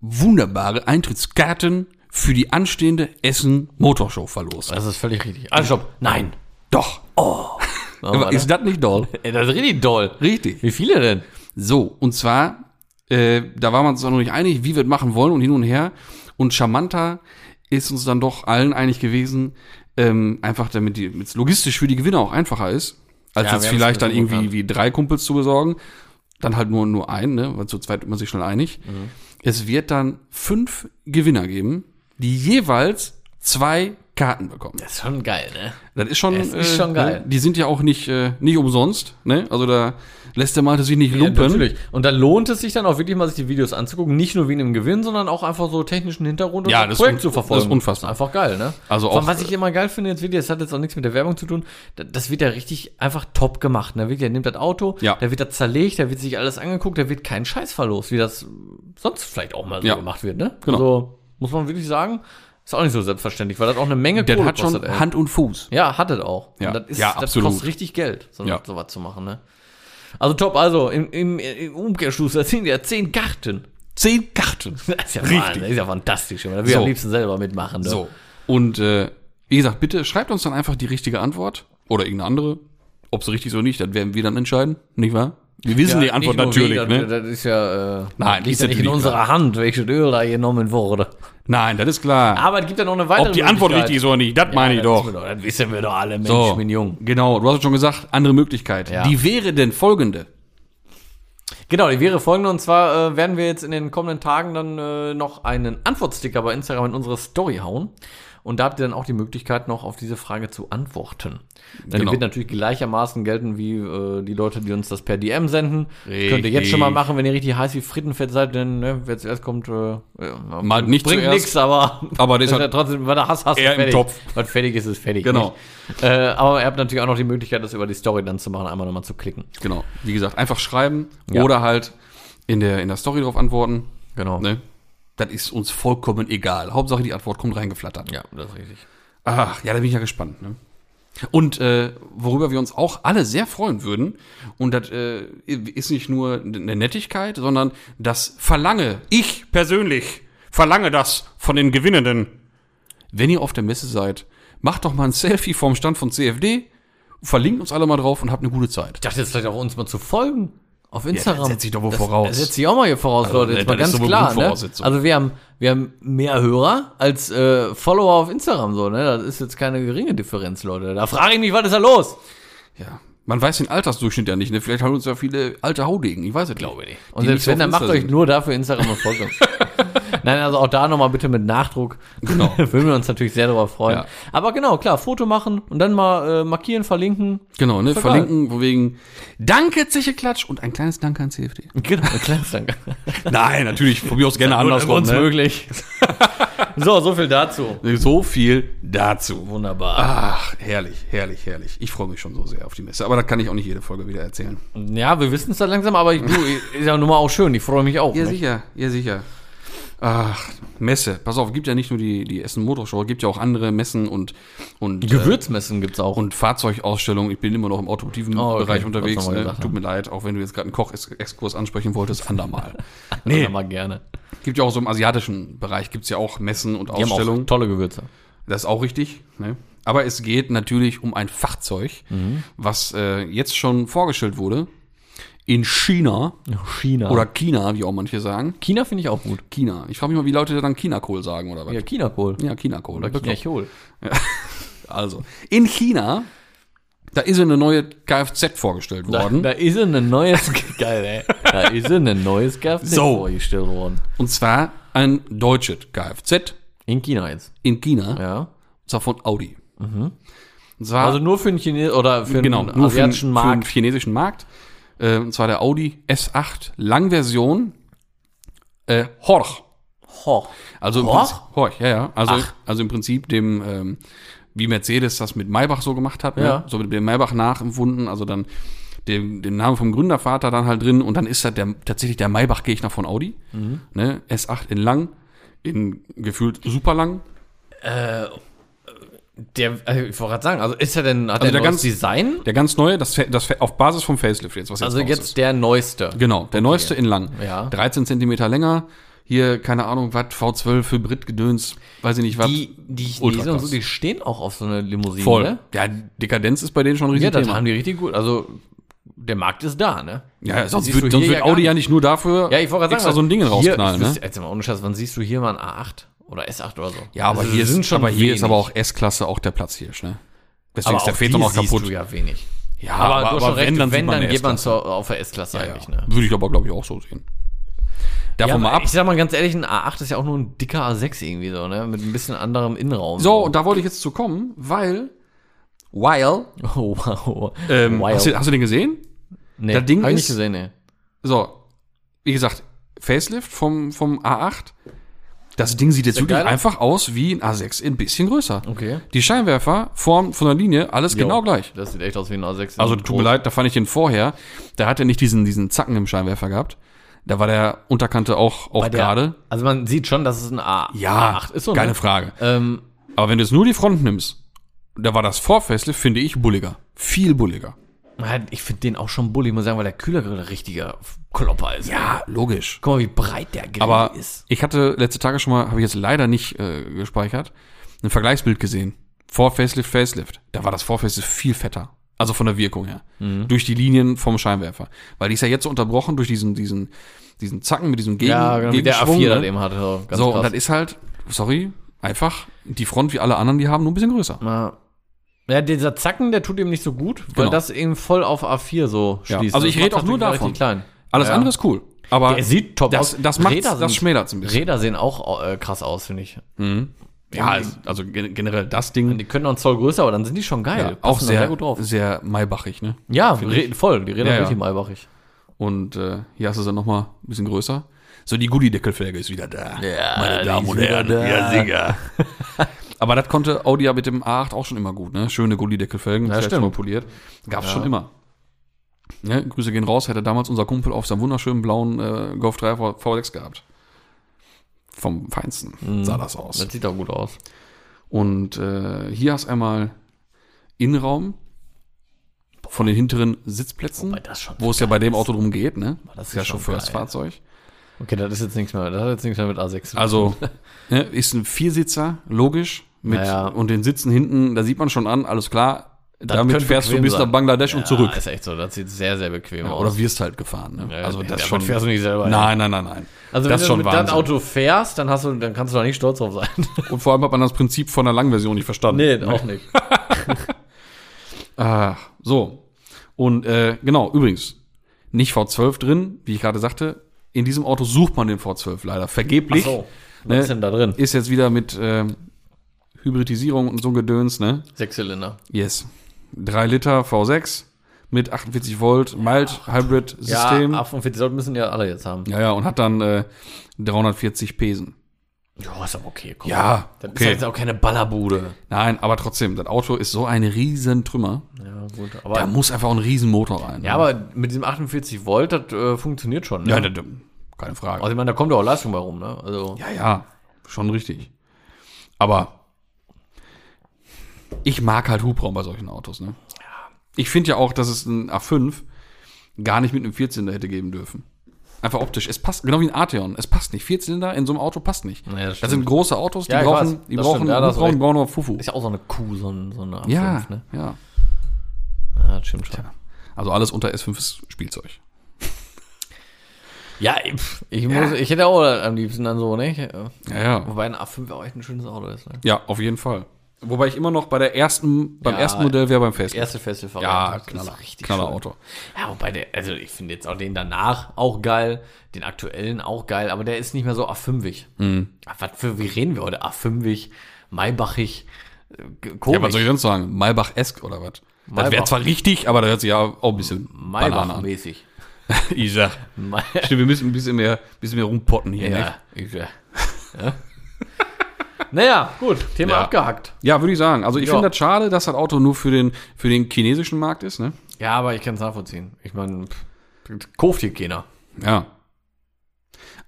wunderbare Eintrittskarten für die anstehende Essen Motorshow verlost. Das ist völlig richtig. Ah, stopp. Nein. Doch. Aber ist das nicht doll? Ey, das ist richtig doll. Richtig. Wie viele denn? So, und zwar, äh, da waren wir uns auch noch nicht einig, wie wir es machen wollen und hin und her. Und Charmanta ist uns dann doch allen einig gewesen, ähm, einfach damit es logistisch für die Gewinner auch einfacher ist, als Ja, jetzt wir haben vielleicht es dann versucht, irgendwie ja. wie drei Kumpels zu besorgen. Dann halt nur, nur einen, ne? weil zu zweit ist man sich schnell einig. Mhm. Es wird dann fünf Gewinner geben, die jeweils zwei Karten bekommen. Das ist schon geil, ne? Das ist schon, Es ist schon geil. Ne? Die sind ja auch nicht, äh, nicht umsonst. Ne? Also da lässt der Malte sich nicht Ja, lumpen. natürlich. Und da lohnt es sich dann auch wirklich mal, sich die Videos anzugucken. Nicht nur wegen dem Gewinn, sondern auch einfach so technischen Hintergrund und Ja, so ein das Projekt ist zu un- verfolgen. das ist unfassbar. einfach geil, ne? Also Vor allem, auch- was ich immer geil finde jetzt wieder, das hat jetzt auch nichts mit der Werbung zu tun, da- das wird ja richtig einfach top gemacht. Ne? Wirklich, Der nimmt das Auto, Ja. da wird das zerlegt, da wird sich alles angeguckt, da wird kein Scheiß verlost, wie das sonst vielleicht auch mal so Ja. gemacht wird, ne? Genau. Also, muss man wirklich sagen, Ist auch nicht so selbstverständlich, weil das auch eine Menge Das hat schon kostet, ey. Hand und Fuß. Ja, hat es auch. Ja. Und das ist, Ja, das absolut. kostet richtig Geld, so Ja. sowas zu machen, ne? Also top, also im, im, im Umkehrschluss, das sind ja zehn Karten. Zehn Karten. Das ist ja, Richtig. Wahnsinn, das ist ja fantastisch. Da will ich So. am liebsten selber mitmachen. Ne? So. Und äh, wie gesagt, bitte schreibt uns dann einfach die richtige Antwort oder irgendeine andere. Ob es richtig ist oder nicht, das werden wir dann entscheiden, nicht wahr? Wir wissen die Ja, Antwort nicht nur natürlich, wie, ne? Das, das ist ja, äh, Nein, liegt ist ja nicht in natürlich unserer Hand, welches Öl da genommen wurde. Nein, das ist klar. Aber es gibt ja noch eine weitere Ob die Antwort Möglichkeit. richtig ist oder nicht, das Ja, meine ich das doch. wissen wir Das wissen wir doch alle, Mensch, So, ich bin jung. Genau, du hast es schon gesagt, andere Möglichkeit. Ja. Die wäre denn folgende. Genau, die wäre folgende. Und zwar äh, werden wir jetzt in den kommenden Tagen dann äh, noch einen Antwortsticker bei Instagram in unsere Story hauen. Und da habt ihr dann auch die Möglichkeit, noch auf diese Frage zu antworten. Denn Genau. die wird natürlich gleichermaßen gelten wie äh, die Leute, die uns das per DM senden. Richtig. Könnt ihr jetzt schon mal machen, wenn ihr richtig heiß wie Frittenfett seid, denn ne, wer zuerst kommt, äh, ja, Mal nicht bringt zuerst. nichts, aber, Aber das ist hat- ja trotzdem, wenn du hast, hast du eher im fertig. Topf. Was fertig ist, ist fertig. Genau. Nicht? Äh, aber ihr habt natürlich auch noch die Möglichkeit, das über die Story dann zu machen, einmal nochmal zu klicken. Genau. Wie gesagt, einfach schreiben Ja. oder halt in der, in der Story drauf antworten. Genau. Ne? Das ist uns vollkommen egal. Hauptsache die Antwort kommt reingeflattert. Ja, das ist richtig. Ach, ja, da bin ich ja gespannt. Ne? Und äh, worüber wir uns auch alle sehr freuen würden, und das äh, ist nicht nur eine Nettigkeit, sondern das verlange, ich persönlich verlange das von den Gewinnenden. Wenn ihr auf der Messe seid, macht doch mal ein Selfie vom Stand von CFD, verlinkt uns alle mal drauf und habt eine gute Zeit. Ich dachte jetzt vielleicht auch uns mal zu folgen. Auf Instagram. das setzt sich doch wohl voraus. Also, äh, Das setzt sich auch mal hier voraus, Leute. Jetzt das mal ist ganz doch wohl klar. Ne? Grundvoraussetzung. Also wir haben, wir haben mehr Hörer als äh, Follower auf Instagram. So, ne? Das ist jetzt keine geringe Differenz, Leute. Da frage ich mich, was ist da los? Ja. Man weiß den Altersdurchschnitt ja nicht, ne? Vielleicht haben uns ja viele alte Haudegen, ich weiß es glaube nicht. Und selbst wenn, dann macht euch nur dafür Instagram und folgt uns. Nein, also auch da nochmal bitte mit Nachdruck. Genau. Würden wir uns natürlich sehr darüber freuen. Ja. Aber genau, klar, Foto machen und dann mal äh, markieren, verlinken. Genau, ne? Voll Verlinken, wo wegen Danke, Zeche Klatsch und ein kleines Danke an CFD. Genau, klar, danke. Nein, natürlich, von mir aus gerne andersrum. uns Ne? möglich. so, so viel dazu. So viel dazu. Wunderbar. Ach, herrlich, herrlich, herrlich. Ich freue mich schon so sehr auf die Messe. Aber da kann ich auch nicht jede Folge wieder erzählen. Ja, wir wissen es dann langsam, aber ich, du, ist ja nun mal auch schön. Ich freue mich auch. Ja, ne? sicher, ja, sicher. Ach, Messe. Pass auf, gibt ja nicht nur die, die Essen Motorshow, gibt ja auch andere Messen und, und äh, Gewürzmessen gibt's auch. und Fahrzeugausstellung. Ich bin immer noch im automotiven Oh, okay. Bereich unterwegs. Wollt's noch mal Ne? gesagt Tut mir leid, auch wenn du jetzt gerade einen Koch-Exkurs ansprechen wolltest, andermal. nee. mal gerne. Gibt ja auch so im asiatischen Bereich, gibt es ja auch Messen und Die haben auch Ausstellungen. tolle Gewürze. Das ist auch richtig. Ne? Aber es geht natürlich um ein Fahrzeug, Mhm. was äh, jetzt schon vorgestellt wurde. In China China. oder Oder China, wie auch manche sagen. China finde ich auch gut. China. Ich frage mich mal, wie Leute dann China-Kohl sagen oder was? Ja, China-Kohl. Ja, China-Kohl. Oder wirklich. China-Kohl. Also, in China, da ist eine neue Kfz vorgestellt Da, worden. da ist ein neues, geil, ey. Da ist ein neues Kfz So. vorgestellt worden. Und zwar ein deutsches Kfz In China jetzt. in China, Ja. Mhm. und zwar von Audi. Und zwar Also nur für den Chines oder für Ah. genau, den nur für den, asiatischen für den Markt. chinesischen Markt. Äh, und zwar der Audi S8 Langversion äh, Horch. Ho. Also im Horch? Prinzip, Horch, ja, ja. Also, Ach. also im Prinzip dem, ähm, wie Mercedes das mit Maybach so gemacht hat, ne? Ja. so mit dem Maybach nachempfunden, also dann den, den Namen vom Gründervater dann halt drin und dann ist das der, tatsächlich der Maybach-Gegner von Audi. Mhm. Ne? S8 in lang, in gefühlt super lang. Der, äh, ich wollte gerade sagen, also ist er denn, hat Also der der neues ganz- Design? Der ganz neue, das, fa- das fa- auf Basis vom Facelift jetzt, was Also raus jetzt der neueste. Genau, der neueste in lang. Ja. 13 Zentimeter länger. Hier, keine Ahnung, was, V12, Hybrid-Gedöns, weiß ich nicht, was. Die, die Chinesen Ultraklasse. und so, die stehen auch auf so eine Limousine. Voll. Ne? Ja, Dekadenz ist bei denen schon ein Ja, das Riesenthema. haben die richtig gut. Also, der Markt ist da, ne? Ja, sonst Siehst du wird, sonst hier wird ja Audi gar ja nicht nur dafür Ja, ich wollte gerade extra sagen, also so ein Ding hier, rausknallen. ich Ne? wüsste- Jetzt mal ohne Scheiß, wann siehst du hier mal ein A8 oder S8 oder so? Ja, aber Also, hier, das ist, aber hier wenig. ist aber auch S-Klasse auch der Platzhirsch. Ne? Deswegen aber ist der auch Väter die noch siehst kaputt. Du ja, wenig. Ja, aber, du hast schon recht, sieht wenn, dann eine geht man S-Klasse. zur, auf der S-Klasse eigentlich, ne? Würde ich aber, glaube ich, auch so sehen. Davon mal ab. Ich sag mal ganz ehrlich, ein A8 ist ja auch nur ein dicker A6 irgendwie so, ne? Mit ein bisschen anderem Innenraum. Oh, So, und da wollte ich jetzt zu kommen, weil. Weil. Oh, wow. Ähm, Wild. hast, du, hast du den gesehen? nee, das Ding hab ich ist- nicht gesehen, ne? So, wie gesagt, Facelift vom, vom A8. Das Ding sieht jetzt wirklich geiler? einfach aus wie ein A6, ein bisschen größer. Okay. Die Scheinwerfer, Form von der Linie, alles genau gleich. Das sieht echt aus wie ein A6. Also tut mir leid, da fand ich den vorher. Da hat er nicht diesen, diesen Zacken im Scheinwerfer gehabt. Da war der Unterkante auch, auch Bei der- gerade. Also man sieht schon, dass es ein A Ja, A8 ist. So, keine ne? Frage. Ähm, Aber wenn du jetzt nur die Front nimmst, da war das Vorfessle, finde ich, bulliger. Viel bulliger. halt, ich finde den auch schon bullig, muss sagen, weil der Kühlergrill ein richtiger Klopper ist. Ja, logisch. Guck mal, wie breit der Grill Aber ist. ich hatte letzte Tage schon mal, habe ich jetzt leider nicht äh, gespeichert, ein Vergleichsbild gesehen. Vor Facelift, Facelift. Da war das Vorfacelift viel fetter. Also von der Wirkung her. Mhm. Durch die Linien vom Scheinwerfer. Weil die ist ja jetzt so unterbrochen durch diesen, diesen, diesen Zacken mit diesem Gegen, wie genau, der Gegenschwung, A4 ne? dann eben hatte. So, ganz So, krass. und das ist halt, sorry, einfach die Front wie alle anderen, die haben, nur ein bisschen größer. Ja. Ja, dieser Zacken, der tut ihm nicht so gut, weil Genau. das eben voll auf A4 so Ja. schließt. Also ich Das rede macht auch nur natürlich davon. richtig Klein. Alles Ja. andere ist cool. Aber Der sieht top das, aus. das, macht's- Räder das sind- schmälert ein bisschen. Räder sehen auch äh, krass aus, finde ich. Ja, also- also gen- generell das Ding. Die können auch einen Zoll größer, aber dann sind die schon geil. Ja, auch Passen da sehr, gut drauf. sehr maibachig, ne? Ja, Rä- voll. Die Räder Ja, ja. richtig malbachig. Und äh, hier hast du sie nochmal ein bisschen größer. So, die Goodie-Deckelfelge ist wieder da. Ja, meine die Damen ist und wieder Herren. da. Singer. Aber das konnte Audi ja mit dem A8 auch schon immer gut, ne? Schöne Goodie-Deckelfelgen, Ja, selbst stimmt. mal poliert. Gab's schon immer. Ne? Grüße gehen raus, hätte damals unser Kumpel auf seinem wunderschönen blauen äh, Golf 3 V- V6 gehabt. Vom Feinsten Mhm. sah das aus. Das sieht auch gut aus. Und äh, hier hast du einmal Innenraum von den hinteren Sitzplätzen, Wobei das schon wo es ja bei dem Auto drum geht, ne? das ist ja ist schon Chauffeursfahrzeug. Okay, das ist jetzt nichts mehr. Das hat jetzt nichts mehr mit A6 zu Also ne, ist ein Viersitzer, logisch. Mit, Naja. Und den Sitzen hinten, da sieht man schon an, alles klar, damit könnte fährst du bequem bis sein. nach Bangladesch tun. und zurück. Ja, ist echt so. Das sieht sehr, sehr bequem aus. Oder wirst halt gefahren. Ne? Ja, also ja, das damit schon. fährst du nicht selber, ja. Nein, nein, nein, nein. also wenn das du ist schon mit deinem Wahnsinn. Auto fährst, dann, hast du, dann kannst du da nicht stolz drauf sein. Und vor allem hat man das Prinzip von der langen Version nicht verstanden. auch nicht. Ach, so. Und äh, genau, übrigens, nicht V12 drin, wie ich gerade sagte. In diesem Auto sucht man den V12 leider. Vergeblich. Ach so, was Ne? ist denn da drin? Ist jetzt wieder mit ähm, Hybridisierung und so ein Gedöns, ne? Sechszylinder. Yes. 3 Liter V6 mit 48 Volt Mild Hybrid Ja, System. Ja, A45 sollten müssen ja alle jetzt haben. ja, und hat dann äh, 340 Pesen. Ja, ist aber okay. Komm. Ja, Das okay. ist jetzt auch keine Ballerbude. Nein, aber trotzdem, das Auto ist so ein riesen Trümmer. Ja, gut. Da Aber, muss einfach ein riesen Motor rein. ne? ja, aber mit diesem 48 Volt, das äh, funktioniert schon. Ne? ja, das, keine Frage. also ich meine, da kommt ja auch Leistung bei rum, ne? Also, Ja, ja, schon richtig. Aber ich mag halt Hubraum bei solchen Autos. Ne? Ich finde ja auch, dass es ein A5 gar nicht mit einem Vierzylinder hätte geben dürfen. Einfach optisch. Es passt, genau wie ein Arteon. Es passt nicht. Vierzylinder in so einem Auto passt nicht. Ja, das das, stimmt. sind große Autos, die Ja, ich brauchen, weiß. die Das brauchen stimmt. Ja, da hast du Hubraum, die recht. brauchen noch Fufu. ist ja auch so eine Kuh, so, ein, so eine A5, Ja, ne? ja. Ja, das stimmt schon. Also alles unter S5 ist Spielzeug. Ja, ich, ich, Muss, ich hätte auch am liebsten dann so, ne? Ja, ja. Wobei ein A5 auch echt ein schönes Auto ist, ne? Ja, auf jeden Fall. Wobei ich immer noch bei der ersten, beim Ja, ersten Modell wäre beim Das Fest. Erste Festival. Ja, das knaller, ist richtig knaller schön. Auto. Ja, wobei der, also ich finde jetzt auch den danach auch geil, den aktuellen auch geil, aber der ist nicht mehr so A5-ig. Mhm. Ach, Was für, wie reden wir heute? A5-ig, Maybachig, äh, g- Ja, was komisch. soll ich sonst sagen? Maybach-esque oder was? Das wäre Maybach. zwar richtig, aber da hört sich ja auch ein bisschen Banane an. Maybach-mäßig. Ich sag, Ma- stimmt, wir müssen ein bisschen mehr, bisschen mehr rumpotten hier. ja, Ne? ich, ja. Ja. Naja, gut, Thema Ja. abgehackt. Ja, würde ich sagen. Also ich Ja. finde das schade, dass das Auto nur für den, für den chinesischen Markt ist. Ne? Ja, aber ich kann es nachvollziehen. Ich meine, kauft hier keiner. Ja.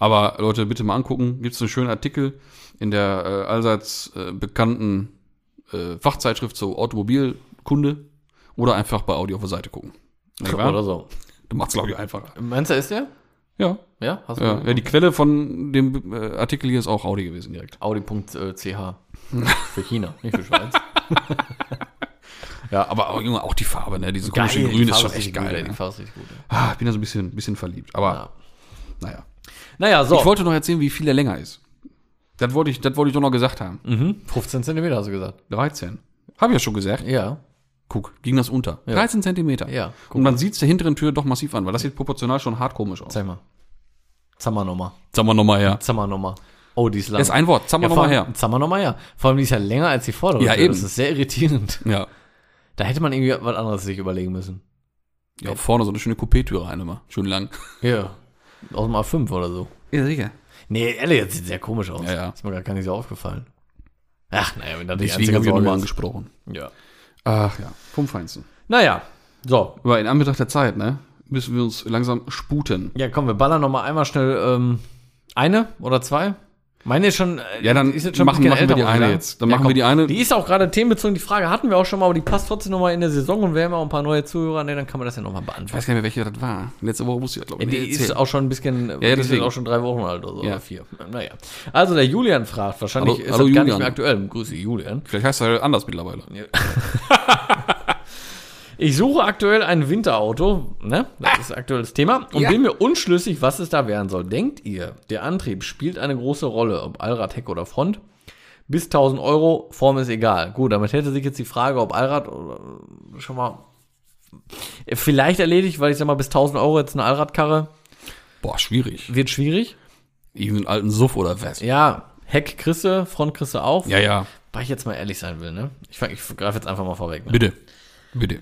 Aber Leute, bitte mal angucken. Gibt es einen schönen Artikel in der äh, allseits äh, bekannten äh, Fachzeitschrift zur Automobilkunde oder einfach bei Audi auf der Seite gucken. Nicht wahr? Oder so. Du machst glaube ich, einfacher. Meinst du, ist der? Ja, Ja, hast du Ja, ja, die Quelle von dem äh, Artikel hier ist auch Audi gewesen direkt. Audi.ch. Für China, nicht für Schweiz. Ja, aber, aber Junge, auch die Farbe, ne? Diese Geil, komische die Grün ist Farbe schon echt richtig gut, geil. ey, die ne? Farbe ist richtig gut. Ah, ich bin da so ein bisschen, bisschen verliebt. Aber Ja. naja. Naja, so. Ich wollte noch erzählen, wie viel er länger ist. Das wollte ich, das wollte ich doch noch gesagt haben. mhm. 15 Zentimeter hast du gesagt. 13. Habe ich ja schon gesagt. Ja. Guck, ging das unter. 13 Zentimeter. Ja, Und man sieht es der hinteren Tür doch massiv an, weil das sieht proportional schon hart komisch aus. Zeig mal. Zammer nochmal. Sagen wir nochmal her. Zammer nochmal. Oh, die ist lang. Das ist ein Wort. Sagen wir ja, nochmal her. Zammer nochmal her. Vor allem, die ist ja länger als die vordere. Ja, Tür. eben. Das ist sehr irritierend. Ja. Da hätte man irgendwie was anderes sich überlegen müssen. Ja, vorne so eine schöne Coupé-Tür rein immer. Schön lang. Ja. Aus dem A5 oder so. Ja, sicher. Nee, ehrlich, das sieht sehr komisch aus. Ja, ja. Ist mir gar gar nicht so aufgefallen. Ach, naja, wenn das Deswegen habe ich Sorge nochmal ist. angesprochen. Ja. Ach ja. Vom Feinsten. Naja. So. Aber in Anbetracht der Zeit, ne? müssen wir uns langsam sputen. Ja, komm, wir ballern noch mal einmal schnell ähm, eine oder zwei. Meine ist schon, äh, Ja, dann ist machen- machen bisschen wir die muss ich eine sagen. jetzt. Dann machen wir die eine. Die ist auch gerade themenbezogen. Die Frage hatten wir auch schon mal, aber die passt trotzdem noch mal in der Saison und wir haben ja auch ein paar neue Zuhörer. Ne, dann kann man das ja noch mal Ich beantworten. weiß gar nicht mehr, welche das war. Letzte Woche wusste ich das, glaube ich, E Die nicht ist erzählen. auch schon ein bisschen, ja, die ist deswegen. auch schon drei Wochen alt oder so, Ja. oder vier. Naja. Also der Julian fragt, wahrscheinlich Hallo- hallo ist das gar nicht Julian. mehr aktuell. Grüße Julian. Vielleicht heißt er halt anders mittlerweile. Ich suche aktuell ein Winterauto, ne? Das ist aktuelles Thema. Und Ah. Ja. bin mir unschlüssig, was es da werden soll. Denkt ihr, der Antrieb spielt eine große Rolle, ob Allrad, Heck oder Front? Bis 1000 Euro, Form ist egal. Gut, damit hätte sich jetzt die Frage, ob Allrad oder äh, schon mal äh, vielleicht erledigt, weil ich sag mal, bis 1000 Euro jetzt eine Allradkarre Boah, schwierig. wird schwierig. Irgendeinen alten Suff oder was? Ja, Heck Chrisse, Front Chrisse auch. Ja, ja, Weil ich jetzt mal ehrlich sein will, ne? Ich, fang- ich greife jetzt einfach mal vorweg. Ne? bitte. Bitte.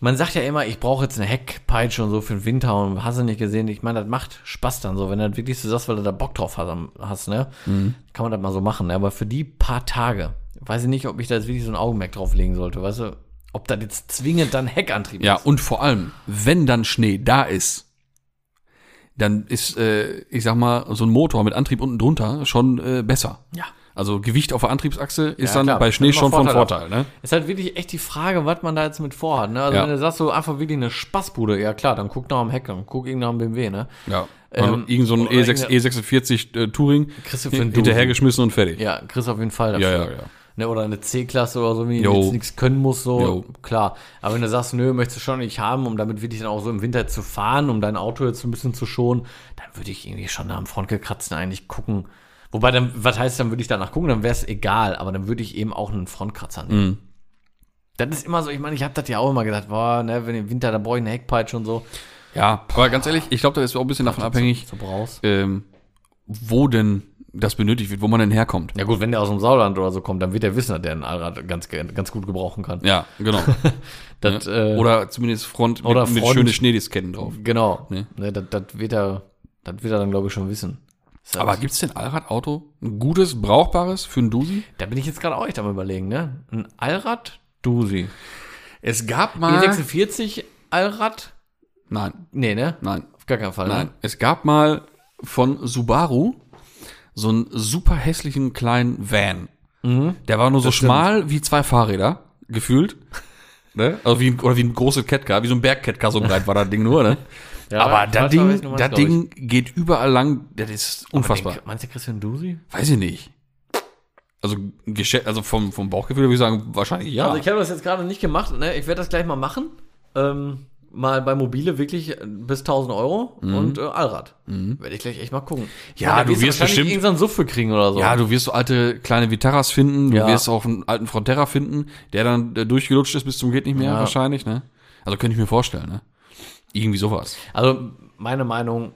Man sagt ja immer, ich brauche jetzt eine Heckpeitsche und so für den Winter und hast du nicht gesehen. Ich meine, das macht Spaß dann so, wenn du das wirklich so sagst, weil du da Bock drauf hast, am- hast ne? Mhm. Kann man das mal so machen, ne? Aber für die paar Tage, weiß ich nicht, ob ich da jetzt wirklich so ein Augenmerk drauf legen sollte, weißt du? Ob das jetzt zwingend dann Heckantrieb Ja, ist. und vor allem, wenn dann Schnee da ist, dann ist, äh, ich sag mal, so ein Motor mit Antrieb unten drunter schon äh, besser. Ja. Also Gewicht auf der Antriebsachse ist Ja, dann klar. bei Schnee Hat immer schon von Vorteile. Vorteil. Ne? Ist halt wirklich echt die Frage, was man da jetzt mit vorhat, ne? Also Ja. wenn du sagst, so einfach wirklich eine Spaßbude, ja klar, dann guck nach am Heck, dann guck irgendwie nach am BMW, ne? Ja. Ähm, irgend so ein E oder E6, irgendeine- E46 äh, Touring Kriegst du für einen Doofen. hinterhergeschmissen und fertig. Ja, kriegst auf jeden Fall Ja, dafür. ja, ja. Ne, oder eine C-Klasse oder so, wenn die Jo. jetzt nichts können muss, so, Jo. klar. Aber wenn du sagst, nö, möchtest du schon nicht haben, um damit wirklich dann auch so im Winter zu fahren, um dein Auto jetzt so ein bisschen zu schonen, dann würde ich irgendwie schon nach dem Frontgekratzten eigentlich gucken. Wobei, dann, was heißt, dann würde ich danach gucken, dann wäre es egal, aber dann würde ich eben auch einen Frontkratzer nehmen. Mhm. Das ist immer so, ich meine, ich habe das ja auch immer gesagt, boah, ne, wenn im Winter, dann brauche ich eine Heckpeitsche und so. Ja, aber ganz ehrlich, ich glaube, da ist auch ein bisschen davon abhängig, So brauchst. ähm, wo denn das benötigt wird, wo man denn herkommt. Ja gut, wenn der aus dem Sauerland oder so kommt, dann wird der wissen, dass der ein Allrad ganz, ge- ganz gut gebrauchen kann. Ja, genau. Das, äh, oder zumindest Front mit, oder mit Front. schönen Schneedisketten drauf. Genau. Ne? Ne, das, das wird er, das wird er dann, glaube ich, schon wissen. Ist das- Aber gibt's denn Allradauto? Ein gutes, brauchbares für einen Dusi? da bin ich jetzt gerade auch echt am überlegen, ne? Ein Allrad Dusi. Es gab mal. E46 Allrad? nein, Nee, ne? nein, Auf gar keinen Fall. nein. Ne? Es gab mal von Subaru so einen super hässlichen kleinen Van. Mhm. Der war nur so schmal wie zwei Fahrräder, gefühlt. ne? Also wie, ein- oder wie ein großes Catcar, wie so ein Bergcatcar, so breit war das Ding nur, ne? Ja, Aber ich das weiß noch, welchen du Ding, meinst, das glaub ich. Ding geht überall lang, das ist unfassbar. Den- Meinst du Christian Dusi? Weiß ich nicht. Also, geschä- also vom, vom Bauchgefühl würde ich sagen, wahrscheinlich ja. Also ich habe das jetzt gerade nicht gemacht. Ne? Ich werde das gleich mal machen. Ähm, mal bei Mobile wirklich bis 1000 Euro und äh, Allrad. Werde ich gleich echt mal gucken. Ich Ja, meine, da du wirst wahrscheinlich bestimmt- irgendeinen Suff für kriegen oder so. Ja, du wirst so alte kleine Vitaras finden, du Ja. wirst auch einen alten Frontera finden, der dann äh, durchgelutscht ist bis zum geht nicht mehr Ja. wahrscheinlich, ne? Also könnte ich mir vorstellen, ne? Irgendwie sowas. Also meine Meinung,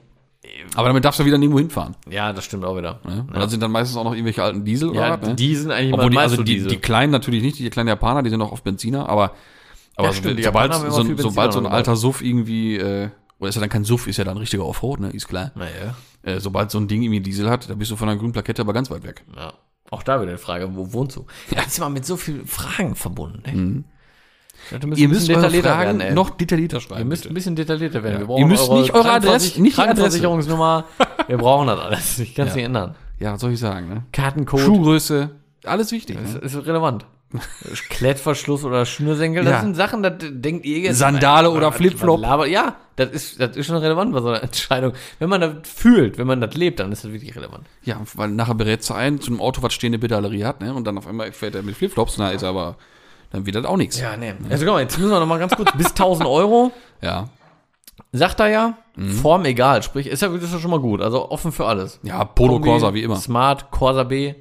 Aber damit darfst du wieder nirgendwo hinfahren. ja, das stimmt auch wieder. Ne? Und dann sind dann meistens auch noch irgendwelche alten Diesel Ja, oder was, ne? die sind eigentlich Obwohl die, meinst also du die, diese? die kleinen natürlich nicht, die kleinen Japaner, die sind auch oft Benziner, aber, aber Ja, stimmt, die sobald, Japaner haben immer so, viel Benziner sobald so ein dabei. alter Suff irgendwie, äh, oder ist ja dann kein Suff, ist ja dann ein richtiger Offroad, ne? Ist klar. Naja, Äh, sobald so ein Ding irgendwie Diesel hat, da bist du von einer grünen Plakette aber ganz weit weg. ja. Auch da wieder die Frage, wo wohnst du? Das ist immer mit so vielen Fragen verbunden. Ne? Mhm. Leute müssen ein bisschen detaillierter werden, ey. noch detaillierter schreiben. Ihr müsst ein bisschen detaillierter werden. Ja. Ihr müsst nicht eure Krankenversich- Adresse- nicht die Adresse. Krankenversicherungsnummer. Wir brauchen das alles. Ich kann es Ja. nicht ändern. Ja, was soll ich sagen, ne? Kartencode. Schuhgröße, alles wichtig. Das Ne? ist relevant. Klettverschluss oder Schnürsenkel, Ja. das sind Sachen, das denkt ihr jetzt. Sandale oder Was- Flipflop. was labert- Ja, das ist, das ist schon relevant bei so einer Entscheidung. Wenn man das fühlt, wenn man das lebt, dann ist das wirklich relevant. Ja, weil nachher berätst du ein zu einem Auto, was stehende Pedalerie hat, ne? Und dann auf einmal fährt er mit Flipflops, na, ist aber, dann wird das auch nichts. Ja, nee. Also guck mal, jetzt müssen wir noch mal ganz kurz bis 1000 Euro. ja. Sagt er ja, Form egal, sprich, ist ja wirklich schon mal gut, also offen für alles. Ja, Polo Kombi, Corsa, wie immer. Smart, Corsa B.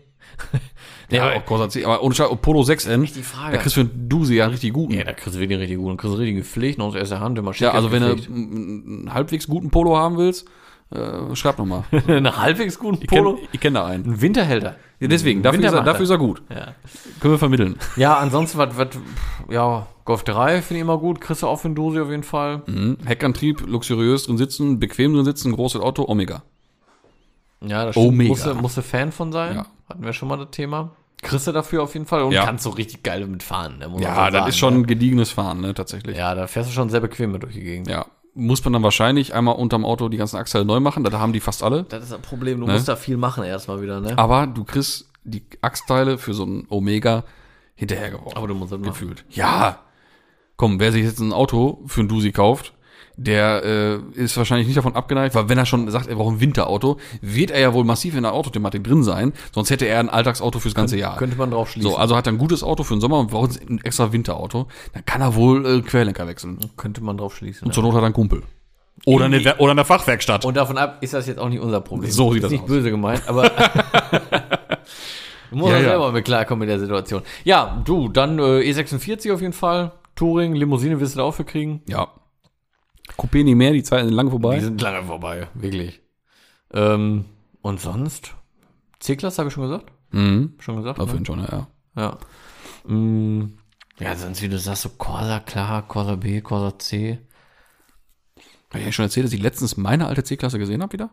Ja, aber- auch Corsa C, aber ohne Scheiß, Polo 6N, die Frage. da kriegst du einen Duse ja einen richtig guten. Ja, da kriegst du wirklich richtig gut, dann kriegst du richtig gepflegt, noch aus erster Hand, immer schick Ja, also wenn du gepflegt. einen einen halbwegs guten Polo haben willst, äh, schreib nochmal. einen halbwegs guten Polo, Ich kenne da einen. ein Winterhelder. Ja, deswegen, dafür ist, er, Wintermacher. dafür ist er gut. Ja. Können wir vermitteln. ja, ansonsten, was, was, pff, ja, Golf 3 finde ich immer gut, kriegst du auch für eine Dose auf jeden Fall. Mhm. Heckantrieb, luxuriös drin sitzen, bequem drin sitzen, großes Auto, Omega. Ja, das Omega. Musst du, musst du Fan von sein, Ja. hatten wir schon mal das Thema. kriegst du dafür auf jeden Fall und Ja. kannst so richtig geil damit fahren. ne, muss man Ja, so das sagen, ist schon ne? ein gediegenes Fahren, ne, tatsächlich. Ja. Ja, da fährst du schon sehr bequem mit durch die Gegend. Muss man dann wahrscheinlich einmal unterm Auto die ganzen Achseln neu machen, da haben die fast alle. Das ist ein Problem, du musst da viel machen erstmal wieder, ne? Aber du kriegst die Achsteile für so ein Omega hinterhergeworfen. Aber du musst das machen. gefühlt. Ja. Komm, wer sich jetzt ein Auto für ein Dusi kauft, der äh, ist wahrscheinlich nicht davon abgeneigt, weil wenn er schon sagt, er braucht ein Winterauto, wird er ja wohl massiv in der Autothematik drin sein, sonst hätte er ein Alltagsauto fürs ganze Jahr. Könnte man drauf schließen. so, also hat er ein gutes Auto für den Sommer und braucht ein extra Winterauto, dann kann er wohl äh, Querlenker wechseln. Könnte man drauf schließen. Und zur Not hat er einen Kumpel. Oder eine, Wer- oder eine Fachwerkstatt. Und davon ab ist das jetzt auch nicht unser Problem. So sieht ist das nicht aus. böse gemeint, aber. du musst Ja, ja, ja. selber mit klarkommen mit der Situation. Ja, du, dann äh, E46 auf jeden Fall. Touring, Limousine wirst du da auch für kriegen. ja. Coupé nicht mehr, die Zeiten sind lang vorbei. Die sind lange vorbei, wirklich. Ähm, und sonst? C-Klasse habe ich schon gesagt? mhm. Schon gesagt? Ja, ne? für den schon, ja. Ja. Mm, ja, sonst, wie du sagst, so Corsa, klar, Corsa B, Corsa C. Habe ich ja schon erzählt, dass ich letztens meine alte C-Klasse gesehen habe wieder?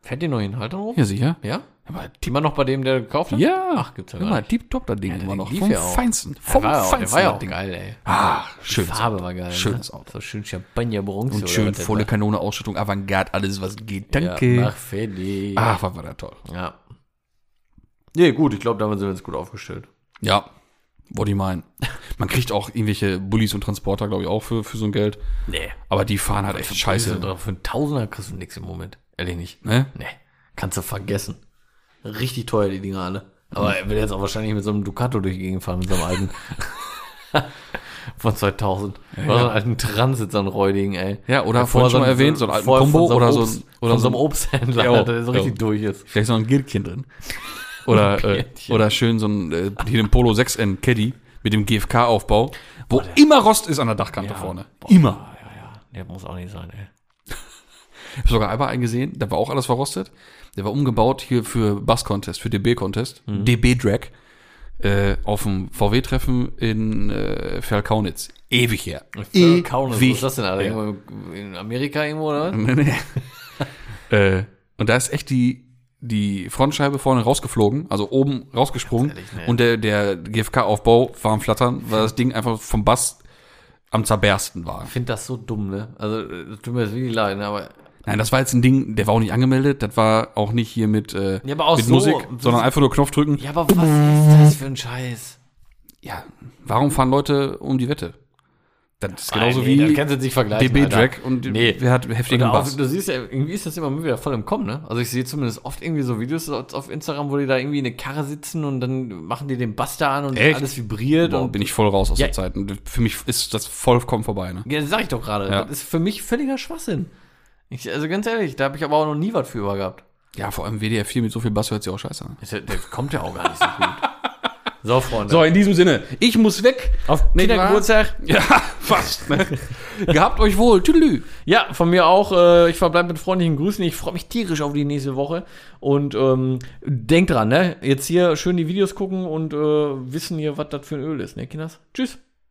Fährt die noch in Haltern hoch? Ja, sicher. Ja? Aber Immer noch bei dem, der gekauft hat? Ja. Ach, gibt's ja gar Immer nicht. tiptop das Ding immer noch. lief Vom ja auch. Feinsten. Vom Der war, ja auch, der Feinsten. war ja das auch Ding. geil, ey. Ah, Die schön. Farbe war geil. Schönes ne? Auto. So schön Champagner Bronze. Und schön volle Kanone, Ausstattung, Avantgarde, alles was geht. Danke. Ja, mach fertig. Ach, was war da toll. Ja. Ah. Nee, gut, ich glaube, damit sind wir jetzt gut aufgestellt. Ja, wollte ich meinen. Man kriegt auch irgendwelche Bullis und Transporter, glaube ich, auch für, für so ein Geld. Nee. Aber die fahren halt echt Scheiße. scheiße. Für einen Tausender kriegst du nix im Moment. Ehrlich nicht. Ne? Nee. Kannst du vergessen. Richtig teuer, die Dinger alle. Aber er will jetzt auch wahrscheinlich mit so einem Ducato durch die Gegend fahren, mit so einem alten. von 2000. Oder so einen alten Transit, so ein Räudigen, ey. Ja, oder vorhin schon Bevor so mal ein- erwähnt, so einen alten vorher von Combo so einem oder so Obst- ein- oder von so so einem Obsthändler, Ja, Alter, der so ja. richtig durch ist. Vielleicht so ein Giertchen drin. Oder, äh, Giertchen. oder schön so ein äh, hier den Polo 6N Caddy mit dem GFK-Aufbau, wo immer Rost ist an der Dachkante vorne. Immer. Ja, ja, der muss auch nicht sein, ey. Ich habe sogar einmal einen gesehen, da war auch alles verrostet. Der war umgebaut hier für Bass-Contest, für DB-Contest, DB-Drag, äh, auf dem VW-Treffen in äh, Verkaunitz. Ewig her. Eh, Äh, Kaunas, wo Ewig ist das denn, Alter? her. Irgendwo in Amerika irgendwo, oder? was? Nee, nee. äh, und da ist echt die, die Frontscheibe vorne rausgeflogen, also oben rausgesprungen. Ganz ehrlich, ne? Und der, der GFK-Aufbau war am Flattern, weil das Ding einfach vom Bass am zerbersten war. Ich finde das so dumm, ne? Also, äh, das tut mir jetzt wirklich leid, ne? aber. Nein, das war jetzt ein Ding, der war auch nicht angemeldet, das war auch nicht hier mit, äh, Ja, aber auch mit so- Musik, sondern einfach nur Knopf drücken. Ja, aber was ist das für ein Scheiß? Ja, warum fahren Leute um die Wette? Das ist genauso Ah, nee, das wie kannst du jetzt nicht vergleichen. DB-Drag Alter. und Nee. wer hat heftigen Oder auch, Bass. also du siehst ja, irgendwie ist das immer wieder voll im Kommen, ne? Also ich sehe zumindest oft irgendwie so Videos auf auf Instagram, wo die da irgendwie in eine Karre sitzen und dann machen die den Bass da an und Echt? alles vibriert Boah, und bin ich voll raus aus Ja. der Zeit. Und für mich ist das vollkommen vorbei. Ne? Ja, das sag ich doch gerade. Ja. Das ist für mich völliger Schwachsinn. Ich, also ganz ehrlich, da habe ich aber auch noch nie was für über gehabt. Ja, vor allem WDR4 mit so viel Bass hört sich auch scheiße an. Das, das kommt ja auch gar nicht so gut. So, Freunde. So, in diesem Sinne, ich muss weg. Auf Nicht Kindergeburtstag. wahr? Ja, fast. Ne? Gehabt euch wohl. Tüdelü. Ja, von mir auch. Äh, ich verbleibe mit freundlichen Grüßen. Ich freue mich tierisch auf die nächste Woche. Und ähm, denkt dran, ne? Jetzt hier schön die Videos gucken und äh, wissen hier, was das für ein Öl ist, ne, Kinders? Tschüss.